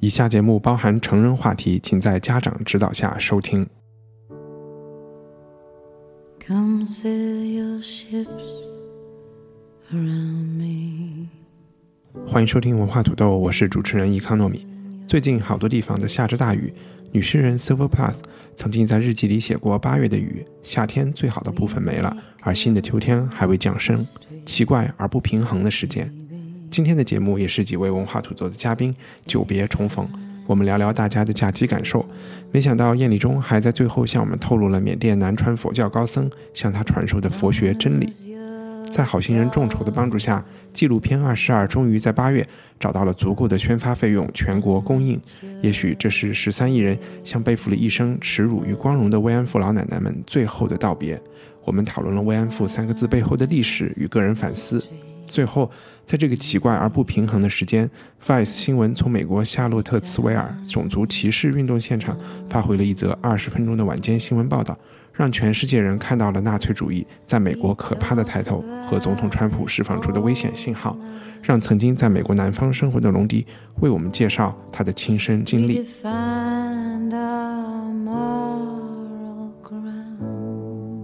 以下节目包含成人话题，请在家长指导下收听。 Come sail your ships around me. 欢迎收听文化土豆，我是主持人伊康糯米。最近好多地方都下着大雨，女诗人 Silver Plath 曾经在日记里写过八月的雨，夏天最好的部分没了，而新的秋天还未降生，奇怪而不平衡的时间。今天的节目也是几位文化土豆的嘉宾久别重逢，我们聊聊大家的假期感受。没想到宴礼中还在最后向我们透露了缅甸南传佛教高僧向他传授的佛学真理。在好心人众筹的帮助下，纪录片《二十二》终于在八月找到了足够的宣发费用，全国公映。也许这是十三亿人向背负了一生耻辱与光荣的慰安妇老奶奶们最后的道别。我们讨论了“慰安妇”三个字背后的历史与个人反思。最后，在这个奇怪而不平衡的时间，Vice 新闻从美国夏洛特茨维尔种族歧视运动现场发回了一则二十分钟的晚间新闻报道，让全世界人看到了纳粹主义在美国可怕的抬头和总统川普释放出的危险信号，让曾经在美国南方生活的龙迪为我们介绍他的亲身经 We 历。 defined our moral grounds.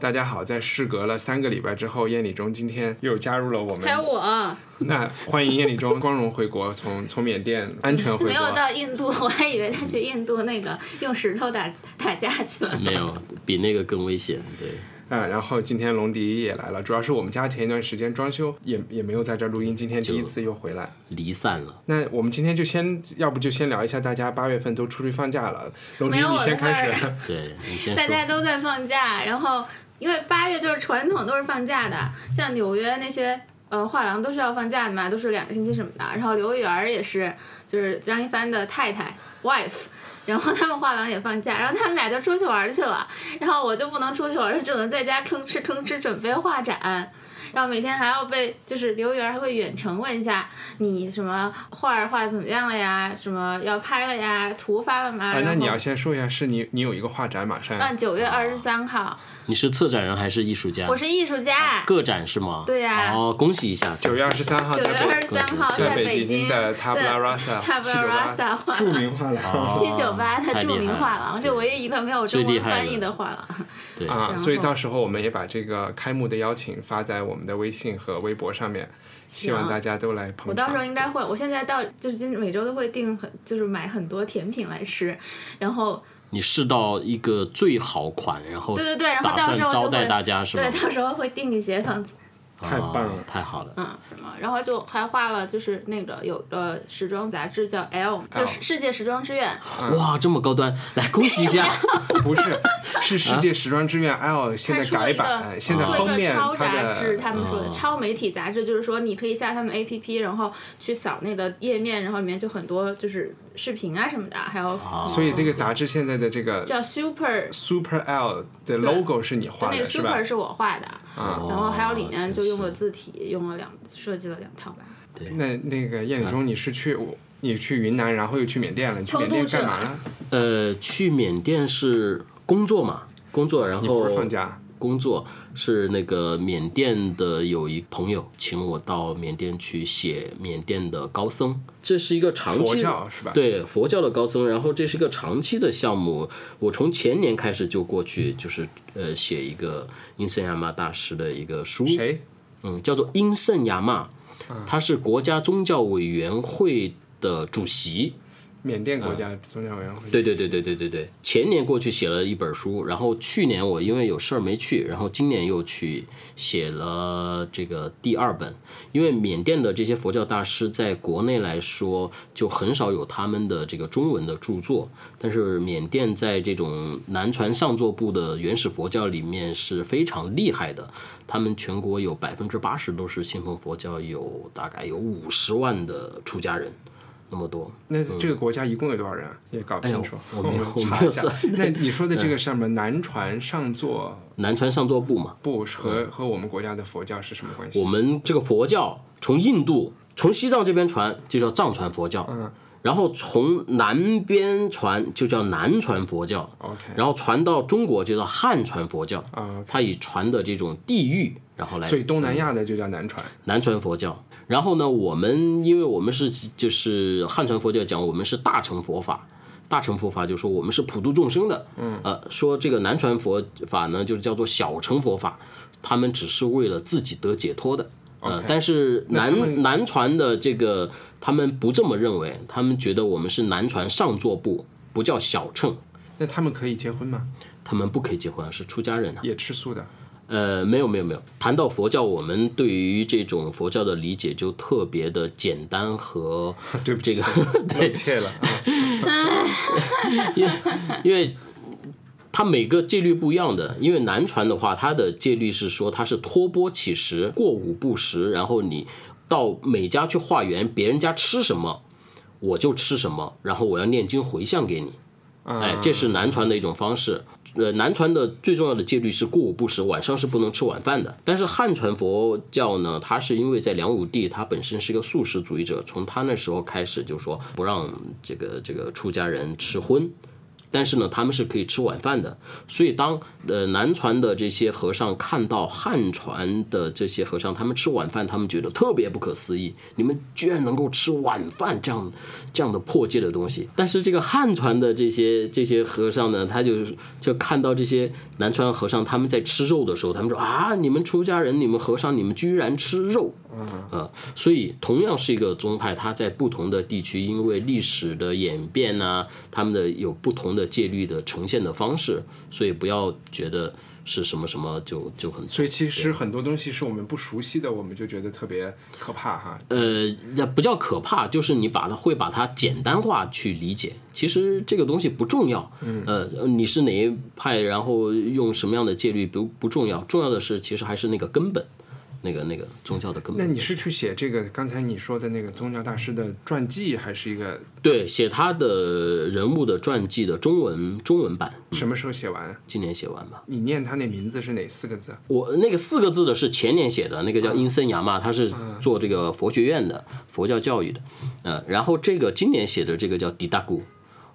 大家好，在事隔了三个礼拜之后，燕礼中今天又加入了我们还有我 那欢迎燕礼中光荣回国，从从缅甸安全回没有到印度，我还以为他去印度那个用石头打打架 去了。没有，比那个更危险。对，啊，然后今天龙迪也来了，主要是我们家前一段时间装修，也也没有在这录音，今天第一次又回来。离散了。那我们今天就先，要不就先聊一下大家八月份都出去放假了，龙迪没有你我的先开事始。对你先大家说，都在放假，然后因为八月就是传统都是放假的，像纽约那些呃画廊都是要放假的嘛，都是两个星期什么的。然后刘源儿也是，就是张一帆的太太 wife。然后他们画廊也放假，然后他们俩就出去玩儿去了，然后我就不能出去玩儿，只能在家吭哧吭哧准备画展，然后每天还要被就是刘源儿还会远程问一下你什么画儿画得怎么样了呀，什么要拍了呀，图发了啊，吗？ 那然你后要先说一下，是你你有一个画展马上，嗯，九月二十三号，你是策展人还是艺术家？我是艺术家。个展是吗？对啊呀哦，恭喜一下，九月二十三号九在月二北十三号在北京的 Tabla Rasa 七九 Tabla 八 Rasa 著名画廊 七九八它太著厉名害画了廊，就哦对唯一一个没有最中文厉害翻的译的画廊。对，啊，所以后到时候我们也把这个开幕的邀请发在我们的微信和微博上面，希望大家都来我捧场。到时候应该会，我现在到就是今每周都会订很，就是买很多甜品来吃，然后你试到一个最好款，然后对对对，然后打到算时候就招会待大家是吗对，？到时候会订一些放太棒了啊太好了。啊然后就还画了就是那个有个时装杂志叫 L，就 L 是世界时装之愿，嗯哇，这么高端，来恭喜 一下！不是，是世啊界时装之愿 L 现在出了改一个版，哎现在出封了一个面超它杂志，的他们说的嗯超媒体杂志，就是说你可以下他们 APP，然后去扫那个页面，然后里面就很多就是视频啊什么的，还有所以这个杂志现在的这个叫 Super， Super L 的 logo 是你就画那的个是吧啊 Super？是我画的，然后还有里面就用了字体，用了两设计了两套吧。那那个燕礼嗯中，你是去我你去云南，然后又去缅甸了，你去偷缅甸渡去干嘛了了？呃，去缅甸是工作嘛？工作，然后你不是放假？工作是那个缅甸的有一朋友请我到缅甸去写缅甸的高僧，这是一个长期佛教是吧对佛教的高僧，然后这是一个长期的项目。我从前年开始就过去，就是呃写一个英森亚玛大师的一个书，谁？嗯嗯，叫做英圣牙嘛，他是国家宗教委员会的主席，缅甸国家宗教委员会。啊对对对对对对对，前年过去写了一本书，然后去年我因为有事儿没去，然后今年又去写了这个第二本。因为缅甸的这些佛教大师在国内来说就很少有他们的这个中文的著作，但是缅甸在这种南传上座部的原始佛教里面是非常厉害的，他们全国有百分之八十都是信奉佛教，有大概有五十万的出家人。那么多，那这个国家一共有多少人啊？也搞不清楚嗯哎，呦我我没们有我查没一有下算。 嗯那你说的这个是什么南传上座南传上座部嘛，部是和嗯和我们国家的佛教是什么关系我？们这个佛教从印度、从西藏这边传，就叫藏传佛教。嗯。然后从南边传就叫南传佛教哦 OK 然后传到中国就叫汉传佛教啊，它以传的这种地域，然后来嗯所以东南亚的就叫南传。南传佛教。然后呢，我们因为我们是就是汉传佛教讲我们是大乘佛法，大乘佛法就说我们是普度众生的，嗯，呃，说这个南传佛法呢，就是叫做小乘佛法，他们只是为了自己得解脱的。呃 OK，但是那他们南南传的这个他们不这么认为，他们觉得我们是南传上座部，不叫小乘，那他们可以结婚吗？他们不可以结婚，是出家人啊。也吃素 的。呃，没有没有没有。谈到佛教，我们对于这种佛教的理解就特别的简单和 对不起，这个露对， 怯了啊。因为因为它每个戒律不一样的。因为南传的话，它的戒律是说它是托钵乞食，过午不食，然后你到每家去化缘，别人家吃什么我就吃什么，然后我要念经回向给你。哎，这是南传的一种方式。呃，南传的最重要的戒律是过午不食，晚上是不能吃晚饭的。但是汉传佛教呢，它是因为在梁武帝他本身是个素食主义者，从他那时候开始就说不让这个这个出家人吃荤。但是呢，他们是可以吃晚饭的，所以当呃南传的这些和尚看到汉传的这些和尚他们吃晚饭，他们觉得特别不可思议，你们居然能够吃晚饭这样这样的破戒的东西。但是这个汉传的这些这些和尚呢，他就是就看到这些南传和尚他们在吃肉的时候，他们说啊，你们出家人，你们和尚，你们居然吃肉，呃，所以同样是一个宗派，它在不同的地区，因为历史的演变呐、他们的有不同的戒律的呈现的方式，所以不要觉得是什么什么就就很所以其实很多东西是我们不熟悉的，我们就觉得特别可怕哈。呃，也不叫可怕，就是你把它会把它简单化去理解。其实这个东西不重要，嗯呃，你是哪一派，然后用什么样的戒律不不重要，重要的是其实还是那个根本，那个那个宗教的根本。那你是去写这个刚才你说的那个宗教大师的传记，还是一个对写他的人物的传记的中文中文版，什么时候写完？今年写完吧。你念他那名字是哪四个字？我那个四个字的是前年写的，那个叫阴森牙嘛，他是做这个佛学院的佛教教育的，呃，然后这个今年写的这个叫迪达古，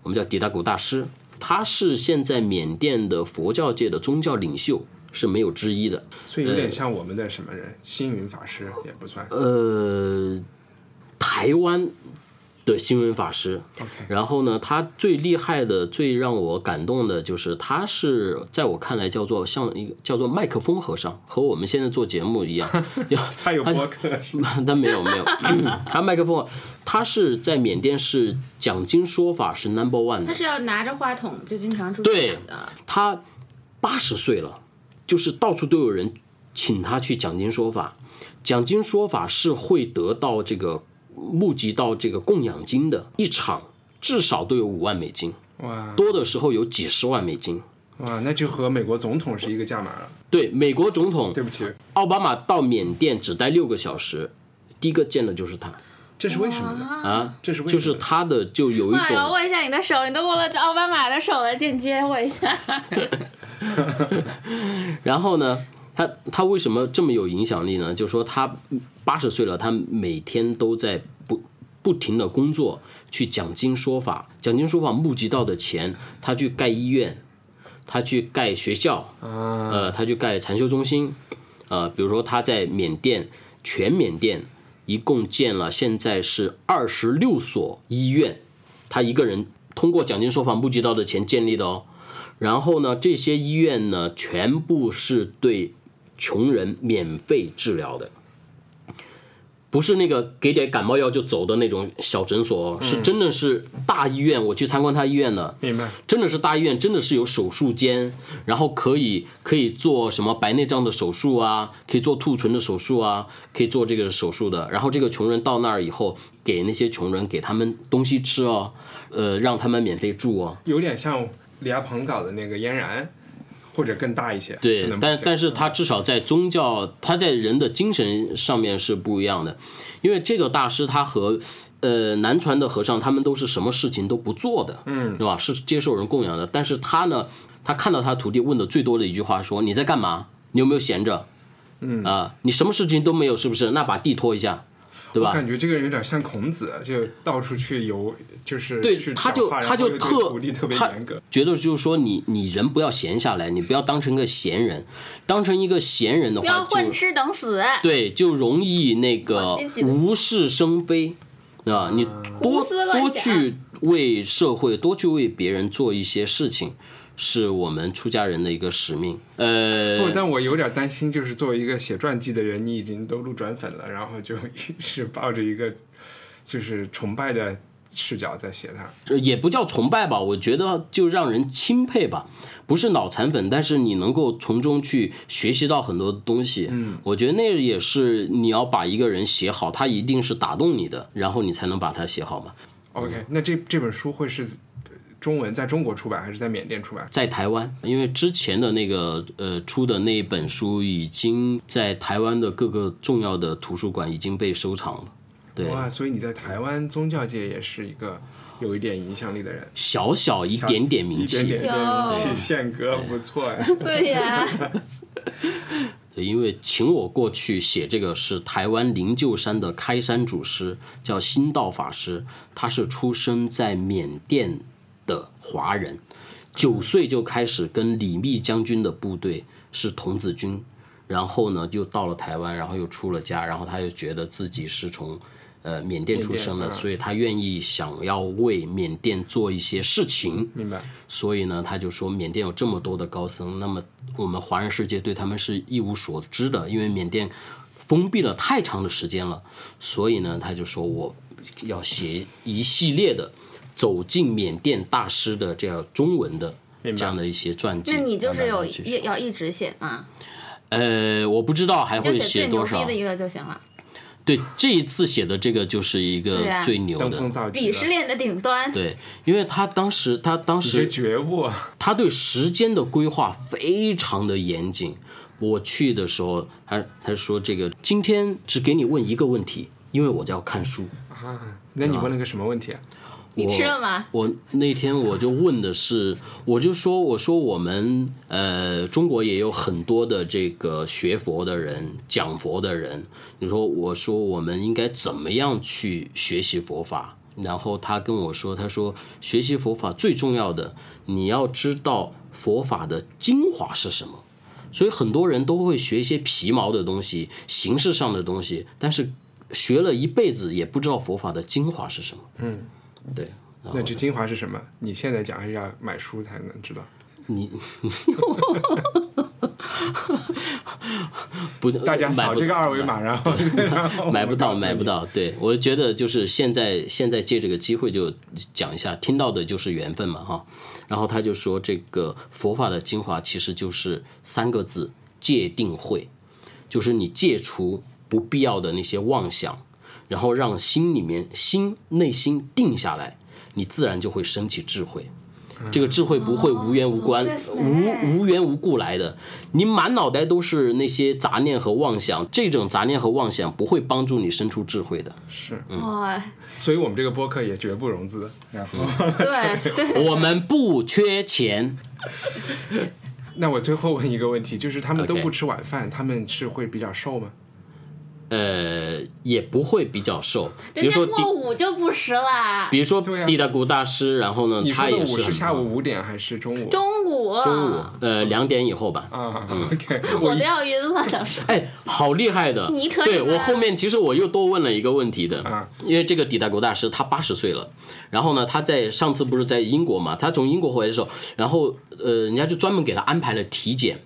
我们叫迪达古大师，他是现在缅甸的佛教界的宗教领袖，是没有之一的。所以有点像我们的什么人，星云法师也不算。呃，台湾的新闻法师。 OK，然后呢，他最厉害的、最让我感动的就是，他是在我看来叫做像一个叫做麦克风和尚，和我们现在做节目一样。他有博客是吗？ 但没有没有， 他麦克风，他是在缅甸是讲经说法是 number one 他的是，要拿着话筒就经常出对去讲的，他八十岁了，就是到处都有人请他去讲经说法，讲经说法是会得到这个募集到这个供养金的，一场至少都有五万美金，哇多的时候有几十万美金。哇，那就和美国总统是一个价码了。对，美国总统对不起，奥巴马到缅甸只待六个小时，第一个见的就是他这是为什么呢？啊，这是为什就么是他的就有一哎种呦，握一下你的手，你都握了这奥巴马的手了，间接握一下。然后呢，他他为什么这么有影响力呢？就是说他八十岁了，他每天都在不不停的工作，去讲经说法，讲经说法募集到的钱，他去盖医院，他去盖学校，呃，他去盖禅修中心，呃，比如说他在缅甸，全缅甸一共建了现在是二十六所医院，他一个人通过奖金说法募集到的钱建立的哦。然后呢，这些医院呢，全部是对穷人免费治疗的。不是那个给点感冒药就走的那种小诊所哦，是真的是大医院。我去参观他医院的，明白真的是大医院，真的是有手术间，然后可以可以做什么白内障的手术啊，可以做兔唇的手术啊，可以做这个手术的。然后这个穷人到那儿以后，给那些穷人给他们东西吃哦，呃，让他们免费住哦。有点像李亚鹏搞的那个嫣然，或者更大一些。对可能，不但行嗯但是他至少在宗教，他在人的精神上面是不一样的，因为这个大师他和呃南传的和尚他们都是什么事情都不做的，嗯，对吧？是接受人供养的，但是他呢，他看到他徒弟问的最多的一句话说：“你在干嘛？你有没有闲着？嗯啊、你什么事情都没有，是不是？那把地拖一下，对吧？”我感觉这个人有点像孔子，就到处去游，就是对，去他讲就话然他后就又对特徒弟特别他严格。觉得就是说你你人不要闲下来，你不要当成个闲人，当成一个闲人的不啊话要就混吃等死。对，就容易那个往自己的无事生非啊！你多胡思乱多想去为社会，多去为别人做一些事情，是我们出家人的一个使命。呃，不，哦但我有点担心，就是作为一个写传记的人，你已经都路转粉了，然后就 是抱着一个就是崇拜的视角在写他。这也不叫崇拜吧，我觉得就让人钦佩吧，不是脑残粉，但是你能够从中去学习到很多东西。嗯，我觉得那也是你要把一个人写好，他一定是打动你的，然后你才能把他写好嘛。嗯 OK，那这这本书会是中文在中国出版还是在缅甸出版？在台湾，因为之前的那个呃出的那一本书已经在台湾的各个重要的图书馆已经被收藏了。对，哇，所以你在台湾宗教界也是一个有一点影响力的人，小小一点点名一气，点有点名气，宪哥不错 哎。对呀，对因为请我过去写这个是台湾灵鹫山的开山祖师，叫新道法师，他是出生在缅甸的华人，九岁就开始跟李密将军的部队是童子军，然后呢就到了台湾，然后又出了家，然后他就觉得自己是从。呃，缅甸出生缅的，甸嗯所以他愿意想要为缅甸做一些事情。明白，所以呢，他就说缅甸有这么多的高僧，那么我们华人世界对他们是一无所知的，因为缅甸封闭了太长的时间了。所以呢，他就说我要写一系列的走进缅甸大师的这样中文的明白这样的一些传记 那。你就是有一要一直写吗？呃，我不知道还就会最牛多少逼的。一个就行了，对，这一次写的这个就是一对个啊最牛登的。峰造极鄙视了。链的顶端。对，因为他当时，他当你时这觉悟，他对时间的规划非常的严谨。我去的时候，他他说这个今天只给你问一个问题，因为我要看书。那你问了个什么问题啊？你吃了吗？我那天我就问的是，我就说我说我们呃中国也有很多的这个学佛的人、讲佛的人，你说我说我们应该怎么样去学习佛法？然后他跟我说，他说学习佛法最重要的，你要知道佛法的精华是什么。所以很多人都会学一些皮毛的东西、形式上的东西，但是学了一辈子也不知道佛法的精华是什么。嗯，对。那这精华是什么？你现在讲还是要买书才能知道？你不，大家呃买扫不这个二维码，然 后然后我们买不到，告诉你买不。到。对我觉得就是现在，现在借这个机会就讲一下，听到的就是缘分嘛，哈。然后他就说，这个佛法的精华其实就是三个字：戒定慧，就是你戒除不必要的那些妄想，然后让心里面心内心定下来，你自然就会升起智慧。嗯这个智慧不会无缘无哦关、无无缘无故来的。你满脑袋都是那些杂念和妄想，这种杂念和妄想不会帮助你生出智 慧的。哇， 所以我们这个播客也绝不融资。然后， 对对，我们不缺钱，那我最后问一个问题，就是他们都 OK 不吃晚饭，他们是会比较瘦吗？呃，也不会比较瘦。比人家如说过地，午就不食了，比如说对啊地大古大师，然后呢你，他说的也午是是啊很下胖午五点还是中午？中午中午呃两点以后吧。啊，OK，嗯我一都要晕了，当时。哎，好厉害的！你可以对吗我后面其实我又多问了一个问题的，啊因为这个抵达国大师他八十岁了，然后呢，他在上次不是在英国嘛，他从英国回来的时候，然后呃，人家就专门给他安排了体检。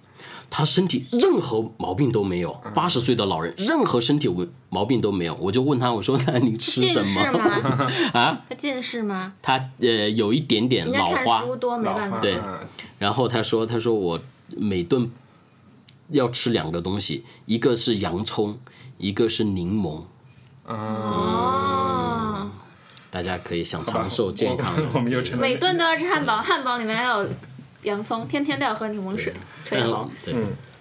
他身体任何毛病都没有，八十岁的老人任何身体问毛病都没有。我就问他，我说那您吃近什视么？吗？ 啊，他近视吗？他呃有一点点人老家看花食，物多，没老办花法。对嗯然后他说：“他说我每顿要吃两个东西，一个是洋葱，一个是柠檬。啊哦，大家可以想长寿健康 我我们又成了每一个顿都要吃汉嗯堡，汉堡里面有洋葱，天天都要喝柠檬水，特别好。嗯对，哎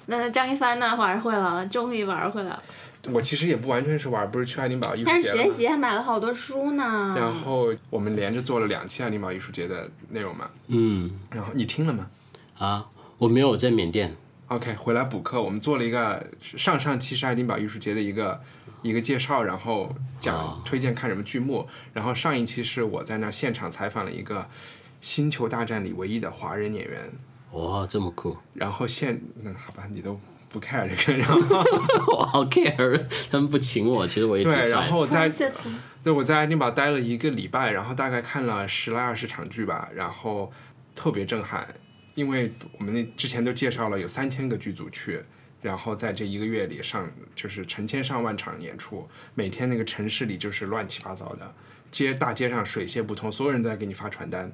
那张一帆呢？玩会了，终于玩会了。我其实也不完全是玩，不是去爱丁堡艺术但是节了学吗？习还买了好多书呢。然后我们连着做了两期爱丁堡艺术节的内容嘛。嗯然后你听了吗啊，我没有在缅甸， ？OK，回来补课，我们做了一个上上期是爱丁堡艺术节的一个一个介绍，然后讲、哦推荐看什么剧目。然后上一期是我在那儿现场采访了一个《星球大战》里唯一的华人演员。哇，这么酷， 然后现嗯，好吧，你都不 care 这个，然后我好 care，他们不请我，其实我也挺对，帅然的。后在 谢谢对，我在爱丁堡待了一个礼拜，然后大概看了十来二十场剧吧，然后特别震撼，因为我们那之前都介绍了有三千个剧组去，然后在这一个月里上就是成千上万场演出，每天那个城市里就是乱七八糟的，街大街上水泄不通，所有人都在给你发传单，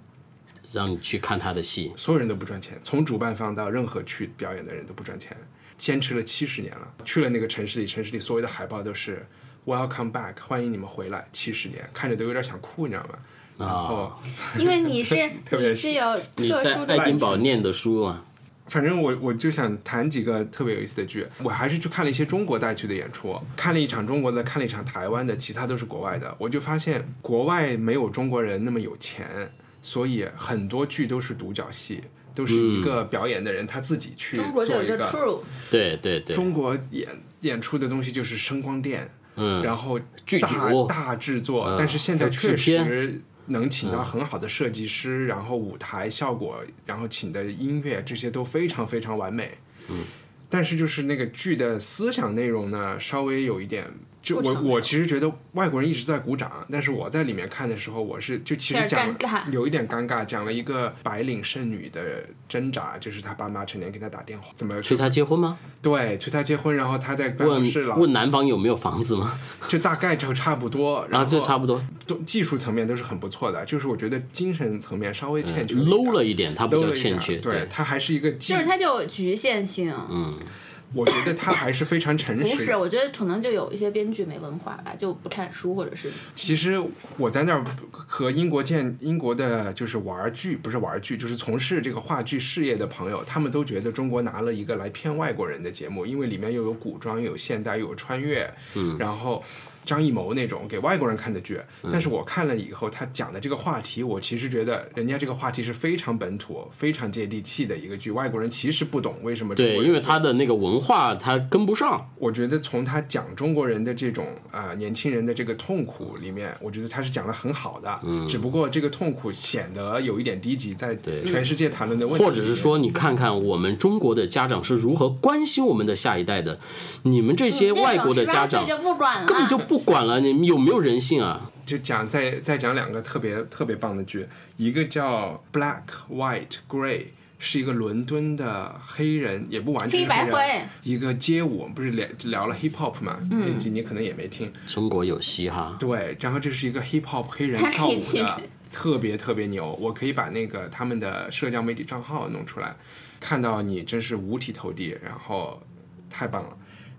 让你去看他的戏，所有人都不赚钱，从主办方到任何去表演的人都不赚钱，坚持了七十年了。去了那个城市里，城市里所有的海报都是 “Welcome back”，欢迎你们回来，七十年，看着都有点想哭，你知道吗？然后，因为你 是特别你是有你特在殊的爱丁堡念的书啊，反正我我就想谈几个特别有意思的剧，我还是去看了一些中国带去的演出，看了一场中国的，看了一场台湾的，其他都是国外的。我就发现国外没有中国人那么有钱，所以很多剧都是独角戏，都是一个表演的人他自己去中国就做有一一个 crew，对对对，中国演演出的东西就是声光电，嗯，然后剧大组大制作，嗯但是现在确还有制嗯实能请到很好的设计师，然后舞台效果，然后请的音乐这些都非常非常完美。嗯但是就是那个剧的思想内容呢，稍微有一点。就不我成熟我其实觉得外国人一直在鼓掌，但是我在里面看的时候，我是就其实有点讲了尴尬有一点尴尬，讲了一个白领剩女的挣扎，就是她爸妈成年给她打电话，怎么催他结婚吗？对，催他结婚，然后他在办公问室老问男方有没有房子吗？就大概就差不多，然啊，后这差不多都技术层面都是很不错的，就是我觉得精神层面稍微欠缺点嗯 low 了一点，他不 low 叫了一点欠缺，对他还是一个技，就是它就有局限性，我觉得他还是非常诚不实嗯是，。我觉得可能就有一些编剧没文化吧，就不看书或者是其实我在那儿和英国见英国的，就是玩剧不是玩剧，就是从事这个话剧事业的朋友，他们都觉得中国拿了一个来骗外国人的节目，因为里面又有古装，又有现代，又有穿越，嗯，然后张艺谋那种给外国人看的剧。嗯但是我看了以后，他讲的这个话题，我其实觉得人家这个话题是非常本土、非常接地气的一个剧，外国人其实不懂为什么中对，国人因为他的那个文化他跟不上，我觉得从他讲中国人的这种呃年轻人的这个痛苦里面，我觉得他是讲的很好的，嗯只不过这个痛苦显得有一点低级，在全世界谈论的问题，或者是，说，你看看我们中国的家长是如何关心我们的下一代的，你们这嗯些外国的家长18岁就不管了，根本就不管了，你们有没有人性啊？就讲再再讲两个特别特别棒的剧，一个叫《Black White Grey》。是一个伦敦的黑人，也不完全是黑白人灰一个街舞，不是聊聊了 hip hop 嘛？嗯这集你可能也没听，中国有嘻哈，对，然后这是一个 hip hop 黑人跳舞的，特别特别牛。我可以把那个他们的社交媒体账号弄出来，看到你真是五体投地，然后太棒了。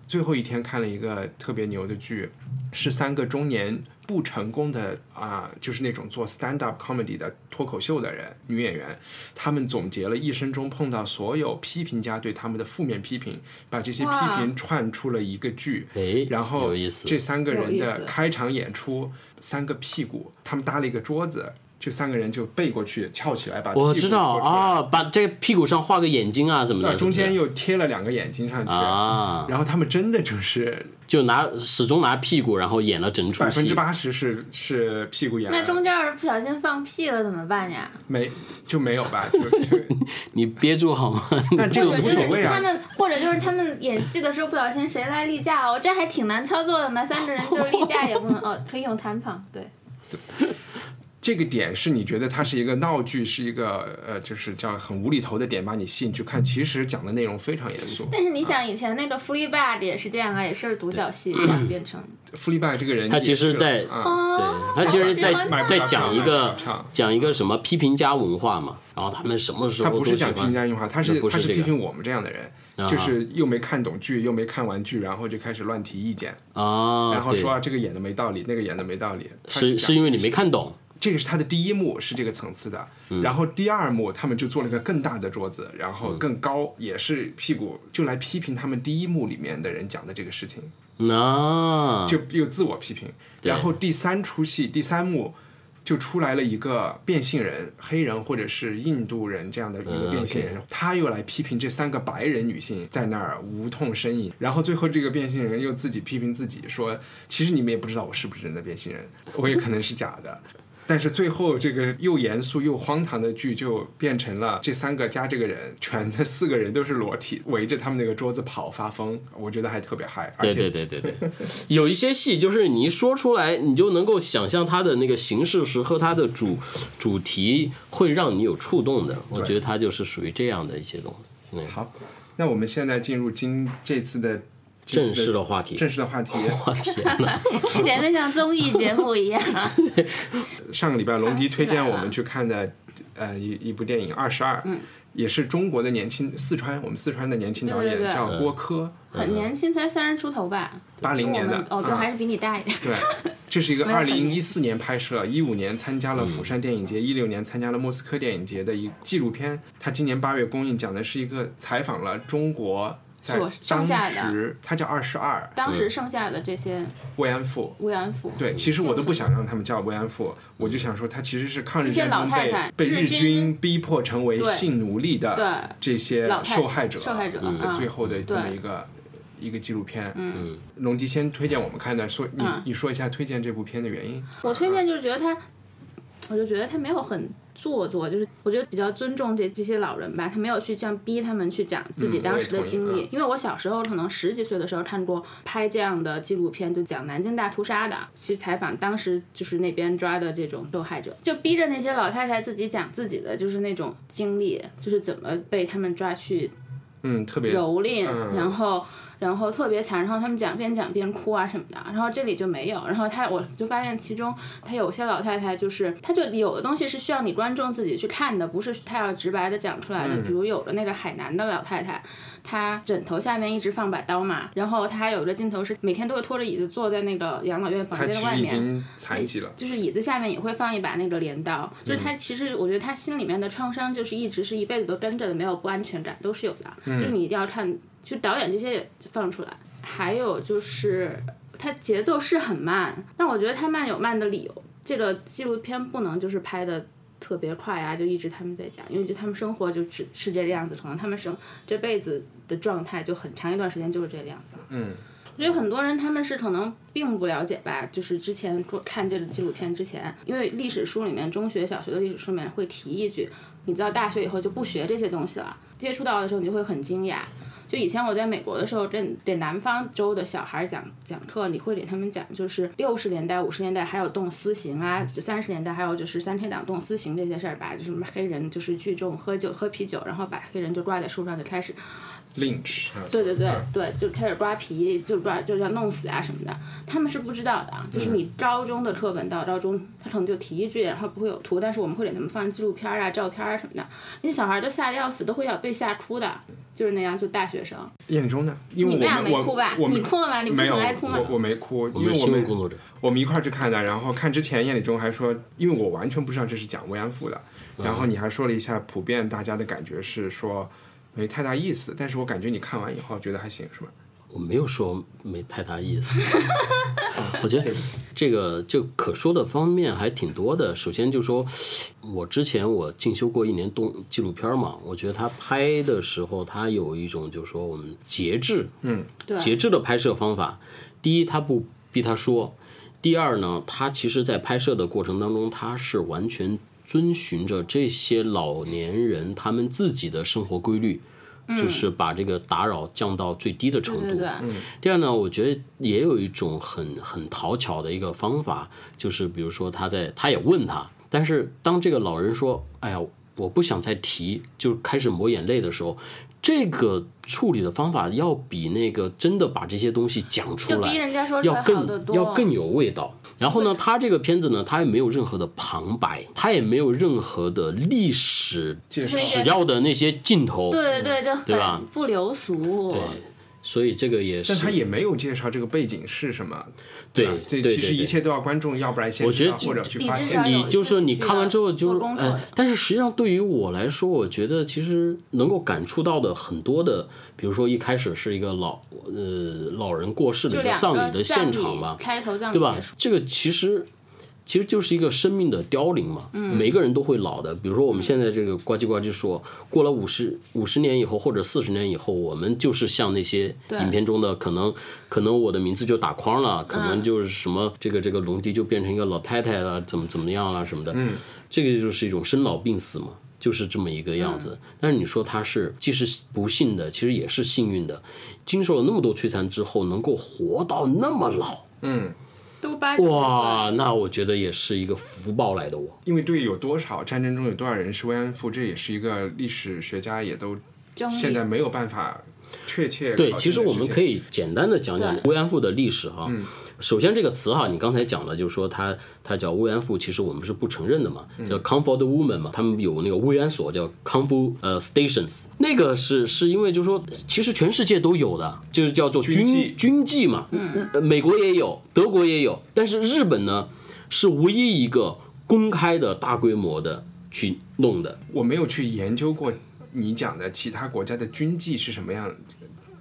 最后一天看了一个特别牛的剧，是三个中年不成功的啊、就是那种做 stand up comedy 的脱口秀的人，女演员，他们总结了一生中碰到所有批评家对他们的负面批评，把这些批哇评串出了一个剧，哎，然后有意思，这三个人有意的思开场演出，三个屁股，他们搭了一个桌子，这三个人就背过去翘起来，把屁股我知道托出来啊，把这个屁股上画个眼睛啊什么那的，中间是又贴了两个眼睛上不去，是啊，然后他们真的就是就拿始终拿屁股，然后演了整出百分之戏，八十是是屁股演那中完，间要是不小心放屁了怎么办呀？没就没有吧，就就， 你憋住好吗？ 但这个无所谓啊。他们或者就是他们演戏的时候不小心谁来例假哦，这还挺难操作的呢。三个人就是例假也不能哦，可以用弹簧，对，这个点是你觉得它是一个闹剧，是一个呃，就是叫很无厘头的点，把你吸引去看。其实讲的内容非常严肃。啊但是你想，以前那个 Fleabag 也是这样啊，也是独角戏这样变成。富利拜这个人也是，他其实在哦啊，对，他其实在买买不在着讲票一买个不着票讲一个什么批评家文化嘛，然后他们什么时他候不是都喜讲批欢评家用话，他那是不他是是这批个评我们这样的人，啊就是又没看懂剧，又没看完剧，然后就开始乱提意见，啊，然后对说啊这个演的没道理，那个演的没道理。他是讲是因为你没看懂，这个是他的第一幕，是这个层次的。嗯然后第二幕，他们就做了一个更大的桌子，然后更高，也是屁股，就来批评他们第一幕里面的人讲的这个事情，那就又自我批评。然后第三出戏，第三幕。就出来了一个变性人，黑人或者是印度人这样的一个变性人，他又来批评这三个白人女性在那儿无痛呻吟，然后最后这个变性人又自己批评自己说，其实你们也不知道我是不是真的变性人，我也可能是假的。 但是最后，这个又严肃又荒唐的剧就变成了这三个加这个人，全这四个人都是裸体，围着他们那个桌子跑发疯，我觉得还特别嗨。而对且对对对对， 有一些戏就是你一说出来，你就能够想象它的那个形式是和它的主主题会让你有触动的，我觉得它就是属于这样的一些东西。嗯，好，那我们现在进入今这次的这次正式的话题正式的话 题。我天哪！前面像综艺节目一样，上个礼拜龙迪推荐我们去看的，呃，一一部电影《二十二》，嗯也是中国的年轻四川，我们四川的年轻导对对演对叫郭柯，嗯很年轻，才三十出头吧？八零年的我们哦，就啊还是比你大 一点。 对，这是一个没有二很零一年四年拍摄，一五年参嗯加了釜山电影节，一六年参加了莫斯科电影节的一纪录片。它今年八月公映，讲的是一个采访了中国在所剩当下的时，它叫《二十二当时剩下的这些》慰安妇。慰安妇，对，其实我都不想让他们叫慰安妇，我就想说，她其实是抗日一些战老争太被太被日日军军逼迫成为性奴隶的对这些老太受害者受害者的嗯最后的这么对一个一个纪录片。嗯，龙吉先推荐我们看的，说你嗯你说一下推荐这部片的原因。我推荐就是觉得他，我就觉得他没有很做作，就是我觉得比较尊重这这些老人吧，他没有去这样逼他们去讲自己嗯当时的我也同意经历。嗯因为我小时候可能十几岁的时候看过拍这样的纪录片，就讲南京大屠杀的，去采访当时就是那边抓的这种受害者，就逼着那些老太太自己讲自己的就是那种经历，就是怎么被他们抓去嗯，特别蹂躏，嗯然后然后特别惨，然后他们讲边讲边哭啊什么的，然后这里就没有，然后他我就发现其中他有些老太太就是，他就有的东西是需要你观众自己去看的，不是他要直白的讲出来的，嗯比如有的那个海南的老太太。她枕头下面一直放把刀嘛，然后她还有一个镜头是每天都会拖着椅子坐在那个养老院房他间其的外实已面，经残疾了。就是椅子下面也会放一把那个镰刀，就是他其实我觉得他心里面的创伤就是一直是一辈子都跟着的，没有不安全感都是有的，就是你一定要看，就导演这些也放出来，还有就是它节奏是很慢，但我觉得它慢有慢的理由，这个纪录片不能就是拍的。特别快啊，就一直他们在讲，因为就他们生活就只是这个样子，可能他们生这辈子的状态就很长一段时间就是这个样子了。所以很多人他们是可能并不了解吧，就是之前做看这个纪录片之前，因为历史书里面，中学、小学的历史书里面会提一句，你到大学以后就不学这些东西了，接触到的时候你就会很惊讶。就以前我在美国的时候，给给南方州的小孩讲讲课，你会给他们讲，就是六十年代、五十年代还有动私刑啊，三十年代还有就是三天党动私刑这些事儿吧，就是什么黑人就是聚众喝酒喝啤酒，然后把黑人就挂在树上就开始嗯 Lynch，嗯对对对嗯对，就开始抓皮，就抓就要弄死啊什么的，他们是不知道的嗯啊。就是你高中的课本到高中，他可能就提一句，然后不会有图，但是我们会给他们放纪录片啊、照片啊什么的，那些小孩都吓得要死，都会要被吓哭的，就是那样，就大学生。燕中呢？因为你我们俩们没我哭吧我们你哭了吗你不没是有，很爱哭吗我我没哭，因我为们是我新闻们工作者，我们一块儿去看的，然后看之前，燕礼中还说，因为我完全不知道这是讲慰安妇的，嗯然后你还说了一下，普遍大家的感觉是说没太大意思，但是我感觉你看完以后觉得还行，是吧？我没有说没太大意思。我觉得这个就可说的方面还挺多的。首先就说，我之前我进修过一年动纪录片嘛，我觉得他拍的时候，他有一种就是说我们节制，嗯，节制的拍摄方法。第一，他不逼他说；第二呢，他其实在拍摄的过程当中，他是完全遵循着这些老年人他们自己的生活规律。就是把这个打扰降到最低的程度。嗯对对对第二呢，我觉得也有一种很很讨巧的一个方法，就是比如说他在他也问他，但是当这个老人说：“哎呀，我不想再提”，就开始抹眼泪的时候，这个处理的方法要比那个真的把这些东西讲出来，就逼人家说出来要好得更多要更有味道。然后呢，他这个片子呢，他也没有任何的旁白，他也没有任何的历史介就绍是那史个料的那些镜头，对对对，就对吧很不流俗。对，所以这个也是，但他也没有介绍这个背景是什么，对吧这对其对实一对切都要观众，要不然先我知觉道得或者去理发智现上。你就是你自己看完的之后就做是功，课呃的，但是实际上对于我来说，我觉得其实能够感触到的很多的，比如说一开始是一个老呃老人过世的就一个两葬个礼的现场吧，开头葬礼对吧结束？这个其实其实就是一个生命的凋零嘛，嗯每个人都会老的。比如说我们现在这个呱唧呱唧说，过了五十五十年以后或者四十年以后，我们就是像那些对嗯影片中的，可能可能我的名字就打框了，可能就是什么这个这个龙迪就变成一个老太太了，怎么怎么样了什么的。嗯，这个就是一种生老病死嘛。就是这么一个样子，嗯但是你说他是既是不幸的，其实也是幸运的，经受了那么多摧残之后，能够活到那么老，都八十多岁哇，那我觉得也是一个福报来的我。因为对有多少战争中有多少人是慰安妇，这也是一个历史学家也都争议现在没有办法确切对，考其证实的我事嗯们情可以简单的讲讲慰安妇的历史哈。首先这个词哈，你刚才讲了，就是说它它叫慰安妇，其实我们是不承认的嘛，嗯叫 comfort woman 嘛，他们有那个慰安所叫 comfort 呃 stations，那个是是因为就是说，其实全世界都有的，就是叫做军军妓军妓嘛，呃美国也有，德国也有，但是日本呢是唯一一个公开的大规模的去弄的。我没有去研究过你讲的其他国家的军纪是什么样。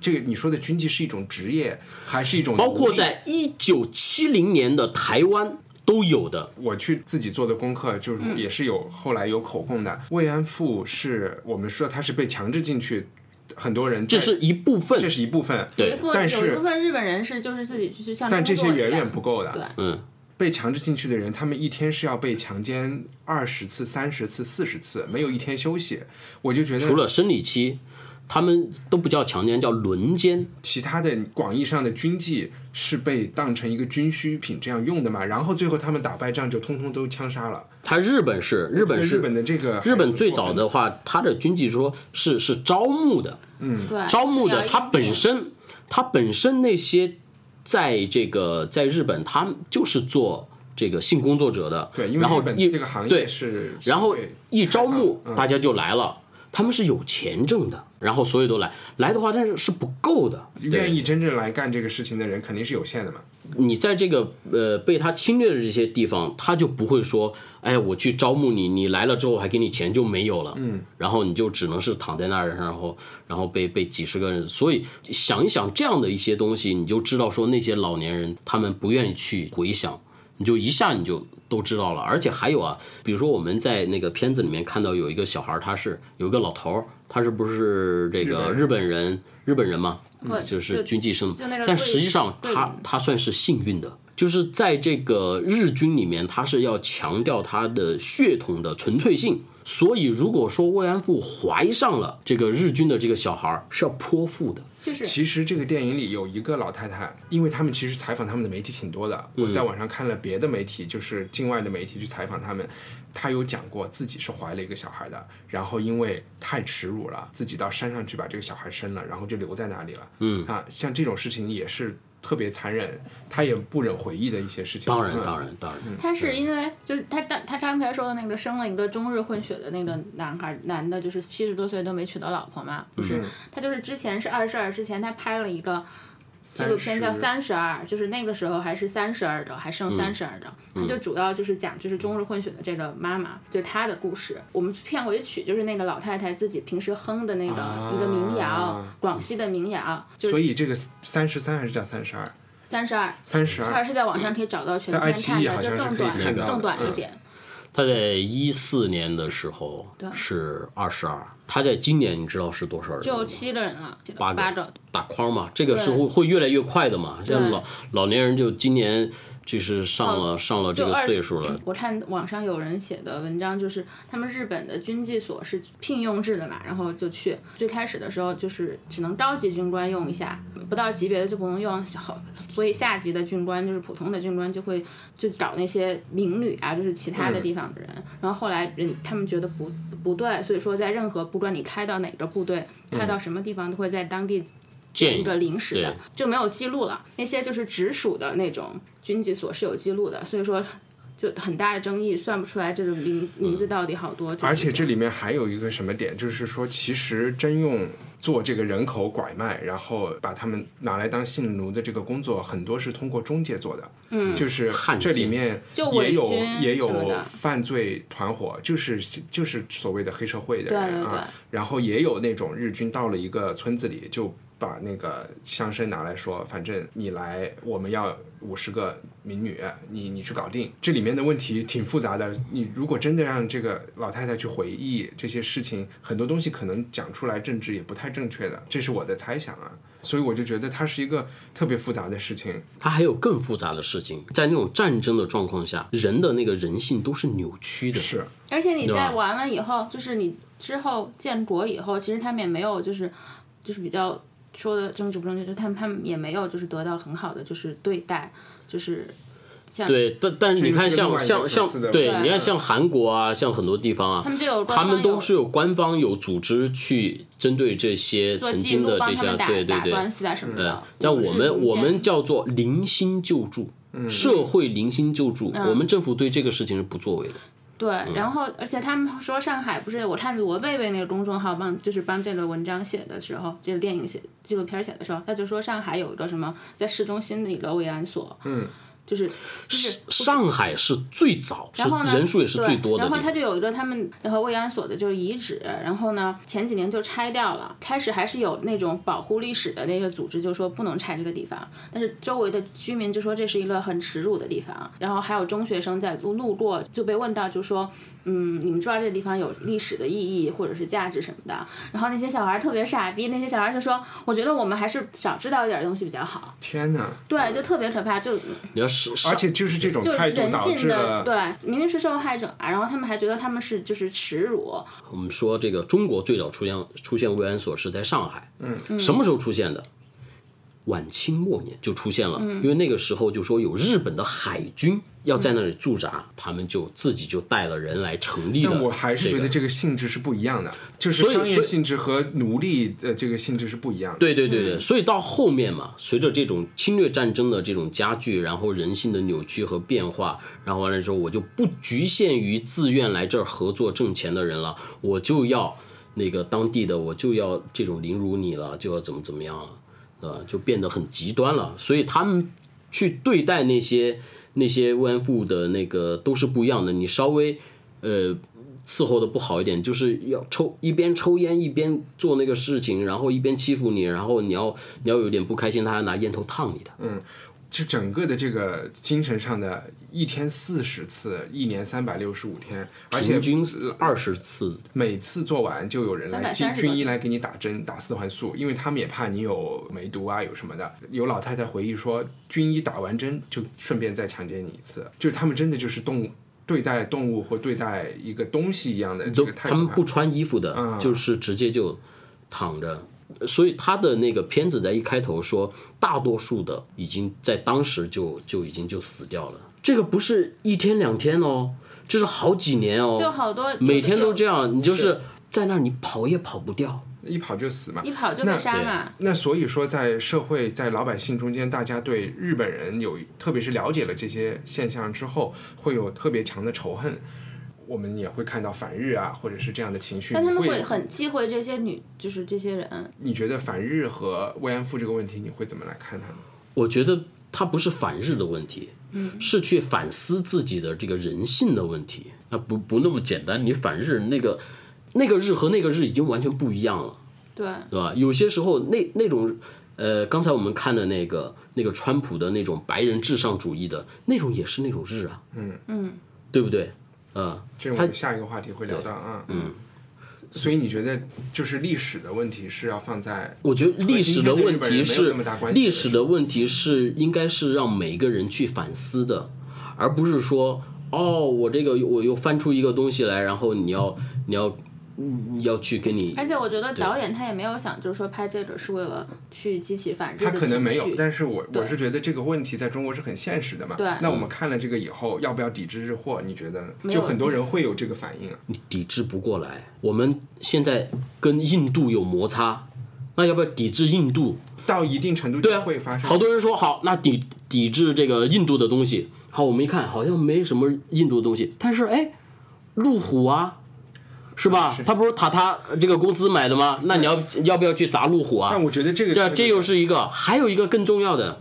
这个你说的军纪是一种职业，还是一种包括奴隶在一九七零年的台湾都有的。我去自己做的功课，就是嗯也是有、后来有口供的。慰安妇是我们说她是被强制进去，很多人这在是一部分这，是一部分，对一部但有一是部分日本人是就是自己去去像但这工些作一远样远不够的。对嗯，被强制进去的人，他们一天是要被强奸二十次、三十次、四十次，没有一天休息。我就觉得除了生理期，他们都不叫强奸，叫轮奸。其他的广义上的军纪是被当成一个军需品这样用的嘛，然后最后他们打败仗就通通都枪杀了。他日本是日本是日本的这个日本最早的话，他的军纪说是是招募的，对，嗯招募是的，要他应聘本身他本身那些在这个在日本，他们就是做这个性工作者的，对，因为然后日本一这个行业对是然后对一招募开放嗯大家就来了，他们是有钱挣的，然后所有都来，来的话但是是不够的，对愿意真正来干这个事情的人肯定是有限的嘛。你在这个呃被他侵略的这些地方，他就不会说，哎，我去招募你，你来了之后还给你钱就没有了，嗯，然后你就只能是躺在那儿，然后然后被被几十个人，所以想一想这样的一些东西，你就知道说那些老年人他们不愿意去回想，你就一下你就都知道了。而且还有啊，比如说我们在那个片子里面看到有一个小孩儿，他是有一个老头儿，他是不是这个日本人？日本人嘛，就是就军纪生就那个，但对实际上对他他算是幸运的，就是在这个日军里面，他是要强调他的血统的纯粹性。所以，如果说慰安妇怀上了这个日军的这个小孩儿，是要泼妇的。就是其实这个电影里有一个老太太，因为他们其实采访他们的媒体挺多的，我嗯在网上看了别的媒体，就是境外的媒体去采访他们，她有讲过自己是怀了一个小孩的，然后因为太耻辱了，自己到山上去把这个小孩生了，然后就留在那里了。嗯啊，像这种事情也是特别残忍，她也不忍回忆的一些事情。当然，嗯当然，当然。他是因为就是他刚他刚才说的那个生了一个中日混血的那个男孩男的，就是七十多岁都没娶到老婆嘛，不是、他就是之前是二十二之前他拍了一个。纪录片叫《 30三十二》，就是那个时候还是三十二周，还剩三十二周。它就主要就是讲就是中日混血的这个妈妈，就她的故事。我们片尾曲就是那个老太太自己平时哼的那个、一个民谣，广西的民谣，就所是以这个三十三还是叫三十二？三十二。三十二二，是在网上可以找到全在爱片奇看艺的，好就像是更可以短看到更的短一嗯点。他在一四年的时候是二十二，他在今年你知道是多少人就吗？七个人了，八个八个，打框嘛，这个是会会越来越快的嘛。像老老年人就今年这是上了上了这就个二嗯岁数了，我看网上有人写的文章，就是他们日本的军纪所是聘用制的嘛，然后就去最开始的时候就是只能高级军官用一下，不到级别的就不能用，好，所以下级的军官就是普通的军官就会就找那些民旅啊，就是其他的嗯地方的人，然后后来人他们觉得不不对，所以说在任何不管你开到哪个部队，开嗯到什么地方都会在当地建一议个临时的对，就没有记录了。那些就是直属的那种军纪所是有记录的，所以说就很大的争议，算不出来这种名嗯名字到底好多。就是而且这里面还有一个什么点，就是说，其实征用做这个人口拐卖，然后把他们拿来当性奴的这个工作，很多是通过中介做的。嗯，就是汉奸这里面就也伪有军也什么有的犯罪团伙，就是就是所谓的黑社会的人对对对啊。然后也有那种日军到了一个村子里就。把那个乡绅拿来说，反正你来，我们要五十个民女，你你去搞定。这里面的问题挺复杂的，你如果真的让这个老太太去回忆这些事情，很多东西可能讲出来政治也不太正确的，这是我的猜想啊。所以我就觉得它是一个特别复杂的事情。它还有更复杂的事情，在那种战争的状况下，人的那个人性都是扭曲的，是，而且你对吧在完了以后，就是你之后建国以后，其实他们也没有就是就是比较说的政治不正确，就他们他们也没有就是得到很好的就是对待，就是像对，但但是你看这就是另像外一像个层像次的对问，题你看像韩国啊，像很多地方啊，嗯他们就有官他方们都有是有官方有组织去针对这些做曾记经录的帮这他些们打对对打对，官司啊什么的。像是我们民我间们叫做零星救助，嗯社会零星救助，嗯我们政府对这个事情是不作为的。对，然后而且他们说上海不是我看罗贝贝那个公众号帮就是帮这个文章写的时候，这个电影写纪录片写的时候，他就说上海有一个什么在市中心的一个慰安所，嗯，就是就是上海是最早，是然后呢，人数也是对最多的然地后他方。就有一个他们然后慰安所的就是遗址，然后呢前几年就拆掉了，开始还是有那种保护历史的那个组织就说不能拆这个地方，但是周围的居民就说这是一个很耻辱的地方，然后还有中学生在路路过就被问到就说。嗯，你们知道这个地方有历史的意义或者是价值什么的，然后那些小孩儿特别傻逼，那些小孩儿就说，我觉得我们还是少知道一点儿东西比较好。天哪！对，就特别可怕，就你要是，而且就是这种就是态度人导性致的，了对，明明是受害者啊，然后他们还觉得他们是就是耻辱，我们说这个中国最早出现出现慰安所是在上海，嗯，什么时候出现的？晚清末年就出现了，嗯因为那个时候就说有日本的海军要在那里驻扎，他们就自己就带了人来成立了。但我还是觉得这这个，个性质是不一样的，就是所以商业所以性质和奴隶的这个性质是不一样的。对对对对，所以到后面嘛，随着这种侵略战争的这种加剧，然后人性的扭曲和变化，然后完了之后，我就不局限于自愿来这儿合作挣钱的人了，我就要那个当地的，我就要这种凌辱你了，就要怎么怎么样了。呃，就变得很极端了。所以他们去对待那些那些慰安妇的那个都是不一样的。你稍微呃伺候的不好一点，就是要抽一边抽烟一边做那个事情，然后一边欺负你，然后你要你要有点不开心，他还拿烟头烫你的。就整个的这个精神上的，一天四十次，一年三百六十五天，而且平均二十次，每次做完就有人来军330军医来给你打针，打四环素，因为他们也怕你有梅毒啊，有什么的。有老太太回忆说，军医打完针就顺便再强奸你一次，就是他们真的就是动物对待动物或对待一个东西一样的呃这都个态他度。啊们不穿衣服的，就是直接就躺着。所以他的那个片子在一开头说，大多数的已经在当时就就已经就死掉了。这个不是一天两天哦，这是好几年哦，就好多每天都这样，样，你就是在那儿你跑也跑不掉。一跑就死嘛一。跑就被杀嘛。那所以说，在社会在老百姓中间，大家对日本人有，特别是了解了这些现象之后，会有特别强的仇恨。我们也会看到反日啊，或者是这样的情绪。但他们你会会很忌讳这些女，就是这些人，你觉得反日和慰安妇这个问题，你会怎么来看它呢？我觉得它不是反日的问题，嗯，是去反思自己的这个人性的问题。那不不那么简单，你反日那个那个日和那个日已经完全不一样了。对，对吧？有些时候那那种，呃，刚才我们看的那个那个川普的那种白人至上主义的那种，也是那种日啊，嗯嗯，对不对？啊、这是我们下一个话题会聊到啊。嗯，所以你觉得就是历史的问题是要放在我觉得历史的问题和今天的日本人没有是那么大关系历史的问题是应该是让每个人去反思的，而不是说哦，我这个我又翻出一个东西来，然后你要你要你要去跟你而且我觉得导演他也没有想，就是说拍这个是为了去激起反制他的可能没有情，绪但是我我是觉得这个问题在中国是很现实的嘛。对那我们看了这个以后，要不要抵制日货？你觉得呢？没有就很多人会有这个反应啊。你抵制不过来。我们现在跟印度有摩擦，那要不要抵制印度？到一定程度对就啊会发，生。好多人说好，那抵抵制这个印度的东西。好，我们一看好像没什么印度的东西，但是哎，路虎啊，是吧？他不是塔塔这个公司买的吗？那你要要不要去砸路虎啊？但我觉得这个这这又是一个，还有一个更重要的，